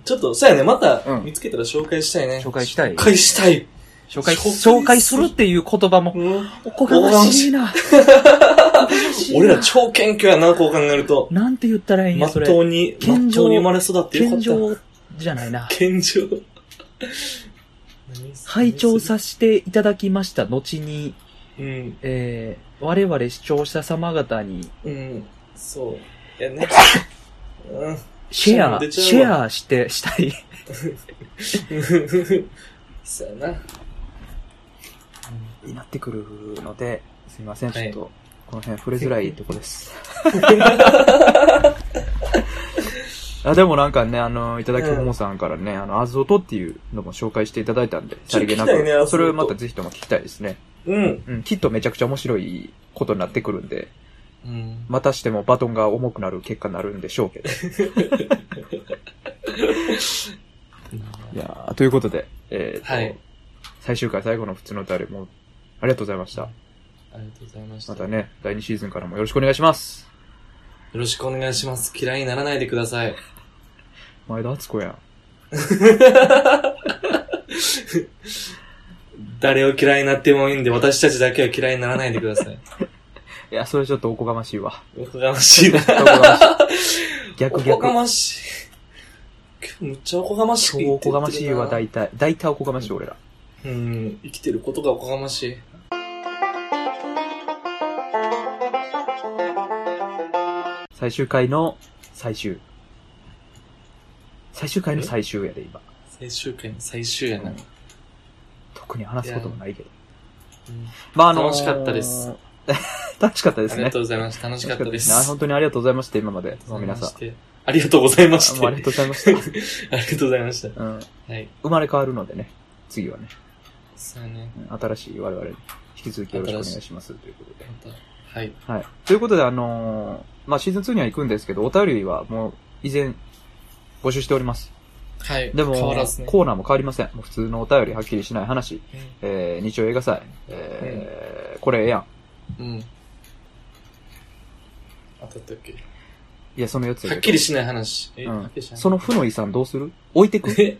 Speaker 2: ちょっと、そうやね、また
Speaker 1: うん
Speaker 2: 見つけたら紹介したいね。
Speaker 1: 紹介したい
Speaker 2: 紹介したい。
Speaker 1: 紹介、
Speaker 2: 紹介する
Speaker 1: 紹介するっていう言葉も、
Speaker 2: うん
Speaker 1: おこがましいな。
Speaker 2: 俺ら超謙虚やな、こう考えると。
Speaker 1: なんて言ったらいいん
Speaker 2: ま
Speaker 1: や、
Speaker 2: っ
Speaker 1: それ。
Speaker 2: とうに、ま
Speaker 1: 謙
Speaker 2: っ
Speaker 1: 譲
Speaker 2: とうに生まれ育って
Speaker 1: 健
Speaker 2: よかった。
Speaker 1: 常じゃないな。
Speaker 2: 謙譲。
Speaker 1: 拝聴させていただきました後に、
Speaker 2: うん、
Speaker 1: えー、我々視聴者様方に、
Speaker 2: うん、そう。やね。うん。
Speaker 1: シェア、
Speaker 2: 出ちゃう
Speaker 1: シ
Speaker 2: わ
Speaker 1: ェアして、したい。
Speaker 2: そうやな。
Speaker 1: になってくるので、すいません、ち
Speaker 2: は
Speaker 1: ょっ
Speaker 2: い
Speaker 1: と、この辺触れづらいとこ です。あでもなんかね、あの、いただきももさんからね、あの、アズオトっていうのも紹介していただいたんで、
Speaker 2: ち
Speaker 1: さ
Speaker 2: ょっと
Speaker 1: りげな
Speaker 2: 聞きたいねアズオ
Speaker 1: く。
Speaker 2: ト
Speaker 1: それをまたぜひとも聞きたいですね。
Speaker 2: うん。
Speaker 1: うん、きっとめちゃくちゃ面白いことになってくるんで、
Speaker 2: うん。
Speaker 1: またしてもバトンが重くなる結果になるんでしょう けど。いやーということで、えーと
Speaker 2: はい
Speaker 1: 最終回最後の普通の歌でもう、ありがとうございました。
Speaker 2: ありがとうございました。
Speaker 1: またね、第2シーズンからもよろしくお願いします。
Speaker 2: よろしくお願いします。嫌いにならないでください。
Speaker 1: 前田敦子やん。
Speaker 2: 誰を嫌いになってもいいんで、私たちだけは嫌いにならないでください。
Speaker 1: いや、それちょっとおこがましい わ。
Speaker 2: おこがましいな。
Speaker 1: おこがましい。
Speaker 2: お
Speaker 1: 逆
Speaker 2: こ
Speaker 1: 逆
Speaker 2: が。ましい。今日むっちゃおこがましい
Speaker 1: 超
Speaker 2: って言
Speaker 1: お
Speaker 2: って
Speaker 1: こ
Speaker 2: るな。
Speaker 1: がましいわ、大体。大体おこがましい、俺ら。
Speaker 2: うん、生きてることがおこがましい。
Speaker 1: 最終回の最終。最終回の最終やで、今。
Speaker 2: 最終回の最終やな。
Speaker 1: うん特に話すこともないけど。
Speaker 2: うん
Speaker 1: まあ、
Speaker 2: 楽しかったです。
Speaker 1: 楽しかったです
Speaker 2: あ
Speaker 1: ね。
Speaker 2: りがとうございました。楽しかったです。
Speaker 1: 楽しか本当にありがとうございました、今まで。
Speaker 2: ありがとうござい
Speaker 1: 皆
Speaker 2: ま
Speaker 1: さん。
Speaker 2: してありがとうございまし
Speaker 1: あも
Speaker 2: て。
Speaker 1: うあ
Speaker 2: あ
Speaker 1: り
Speaker 2: り
Speaker 1: がとうございました。
Speaker 2: がとうございました。
Speaker 1: うん、
Speaker 2: はい。
Speaker 1: 生まれ変わるのでね、次はね、
Speaker 2: そうやね。
Speaker 1: うん新しい我々に引き続きよろしくお願いしますということで。
Speaker 2: また。はい。
Speaker 1: はい。ということで、あのーまあ、シーズン2には行くんですけど、お便りはもう以前募集しております。
Speaker 2: はい。
Speaker 1: でも、
Speaker 2: 変わらずね。
Speaker 1: コーナーも変わりません。もう普通のお便りはっきりしない話、えー、日曜映画祭、えーこれええやん。
Speaker 2: うん。うん当たったっけ
Speaker 1: いや、その4つやけど
Speaker 2: はっきりしない話。え、
Speaker 1: う
Speaker 2: は
Speaker 1: ん
Speaker 2: っきりしない
Speaker 1: その負の遺産どうする置いてく
Speaker 2: え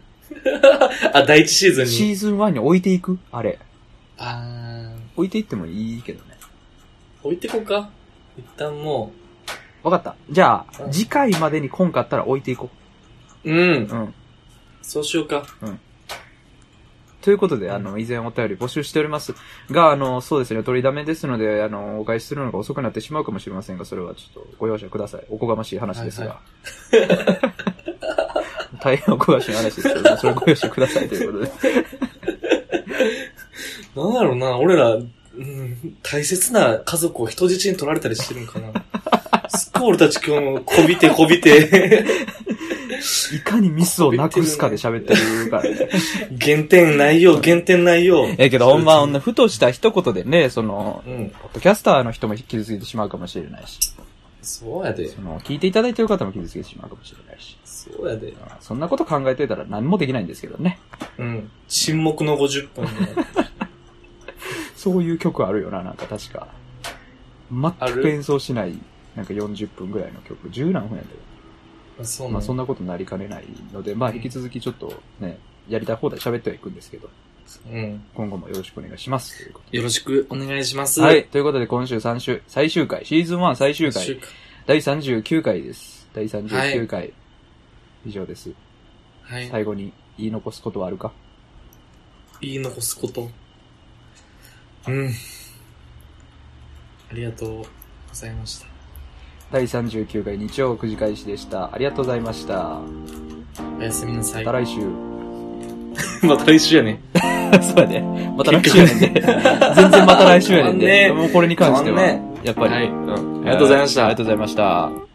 Speaker 2: あ、第一シーズン
Speaker 1: シ
Speaker 2: に。
Speaker 1: ーズン1に置いていくあれ。
Speaker 2: あ
Speaker 1: 置いていってもいいけどね。
Speaker 2: ー、置いてこうか。一旦も
Speaker 1: わかった。じゃあ
Speaker 2: う、ん
Speaker 1: 次回までに来んかったら置いていこ
Speaker 2: う。うん
Speaker 1: う。。うん。
Speaker 2: そうしようか。
Speaker 1: ということで、あの、以前お便り募集しておりますが、あの、そうですね、取りだめですので、あの、お返しするのが遅くなってしまうかもしれませんが、それはちょっとご容赦ください。おこがましい話ですが。
Speaker 2: は
Speaker 1: 大変おこがましい話ですけど、それはご容赦くださいということで。
Speaker 2: なんだろうな、俺ら、うん、大切な家族を人質に取られたりしてるんかな。すっごい俺たち今日もこびてこびて、
Speaker 1: いかにミスをなくすかで喋ってる からね。
Speaker 2: 減点ないよ、減点ないよ。
Speaker 1: ええけど、ほんま、ほんなふとした一言でね、その、
Speaker 2: うん、
Speaker 1: ポッドキャスターの人も傷ついてしまうかもしれないし、
Speaker 2: そうやで
Speaker 1: そ。の、聞いていただいてる方も傷ついてしまうかもしれないし、
Speaker 2: そうやで。
Speaker 1: そんなこと考えてたら何もできないんですけどね。
Speaker 2: うん。沈黙の50分 ね。
Speaker 1: そういう曲あるよな、なんか確か。
Speaker 2: あ
Speaker 1: 全く
Speaker 2: る
Speaker 1: 演奏しない、なんか40分ぐらいの曲、10何分やで。
Speaker 2: あそう
Speaker 1: ま
Speaker 2: な
Speaker 1: あそん
Speaker 2: の。
Speaker 1: なことになりかねないので、まあ引き続きちょっとね、やりたい放題喋ってはいくんですけど、
Speaker 2: うん。
Speaker 1: 今後もよろしくお願いします。ということで
Speaker 2: よろしくお願いします。
Speaker 1: はい。ということで、今週3週、最終回、シーズン1最終
Speaker 2: 一
Speaker 1: 回、
Speaker 2: 週間。
Speaker 1: 第39回です。第39回、以上です。
Speaker 2: はい。
Speaker 1: 最後に言い残すことはあるか
Speaker 2: 言い残すこと。うん。ありがとうございました。
Speaker 1: 第39回日曜9時開始でした。ありがとうございました。
Speaker 2: おやすみなさ
Speaker 1: ま
Speaker 2: い。
Speaker 1: た来週。
Speaker 2: また来週やね。
Speaker 1: そうやね。また来週やねんで。 全然また来週やねんで。
Speaker 2: 変わんね
Speaker 1: もうこれに関しては
Speaker 2: 変わん。
Speaker 1: やっぱり。
Speaker 2: はい
Speaker 1: うん
Speaker 2: ありがとうございました
Speaker 1: ありがとうございました。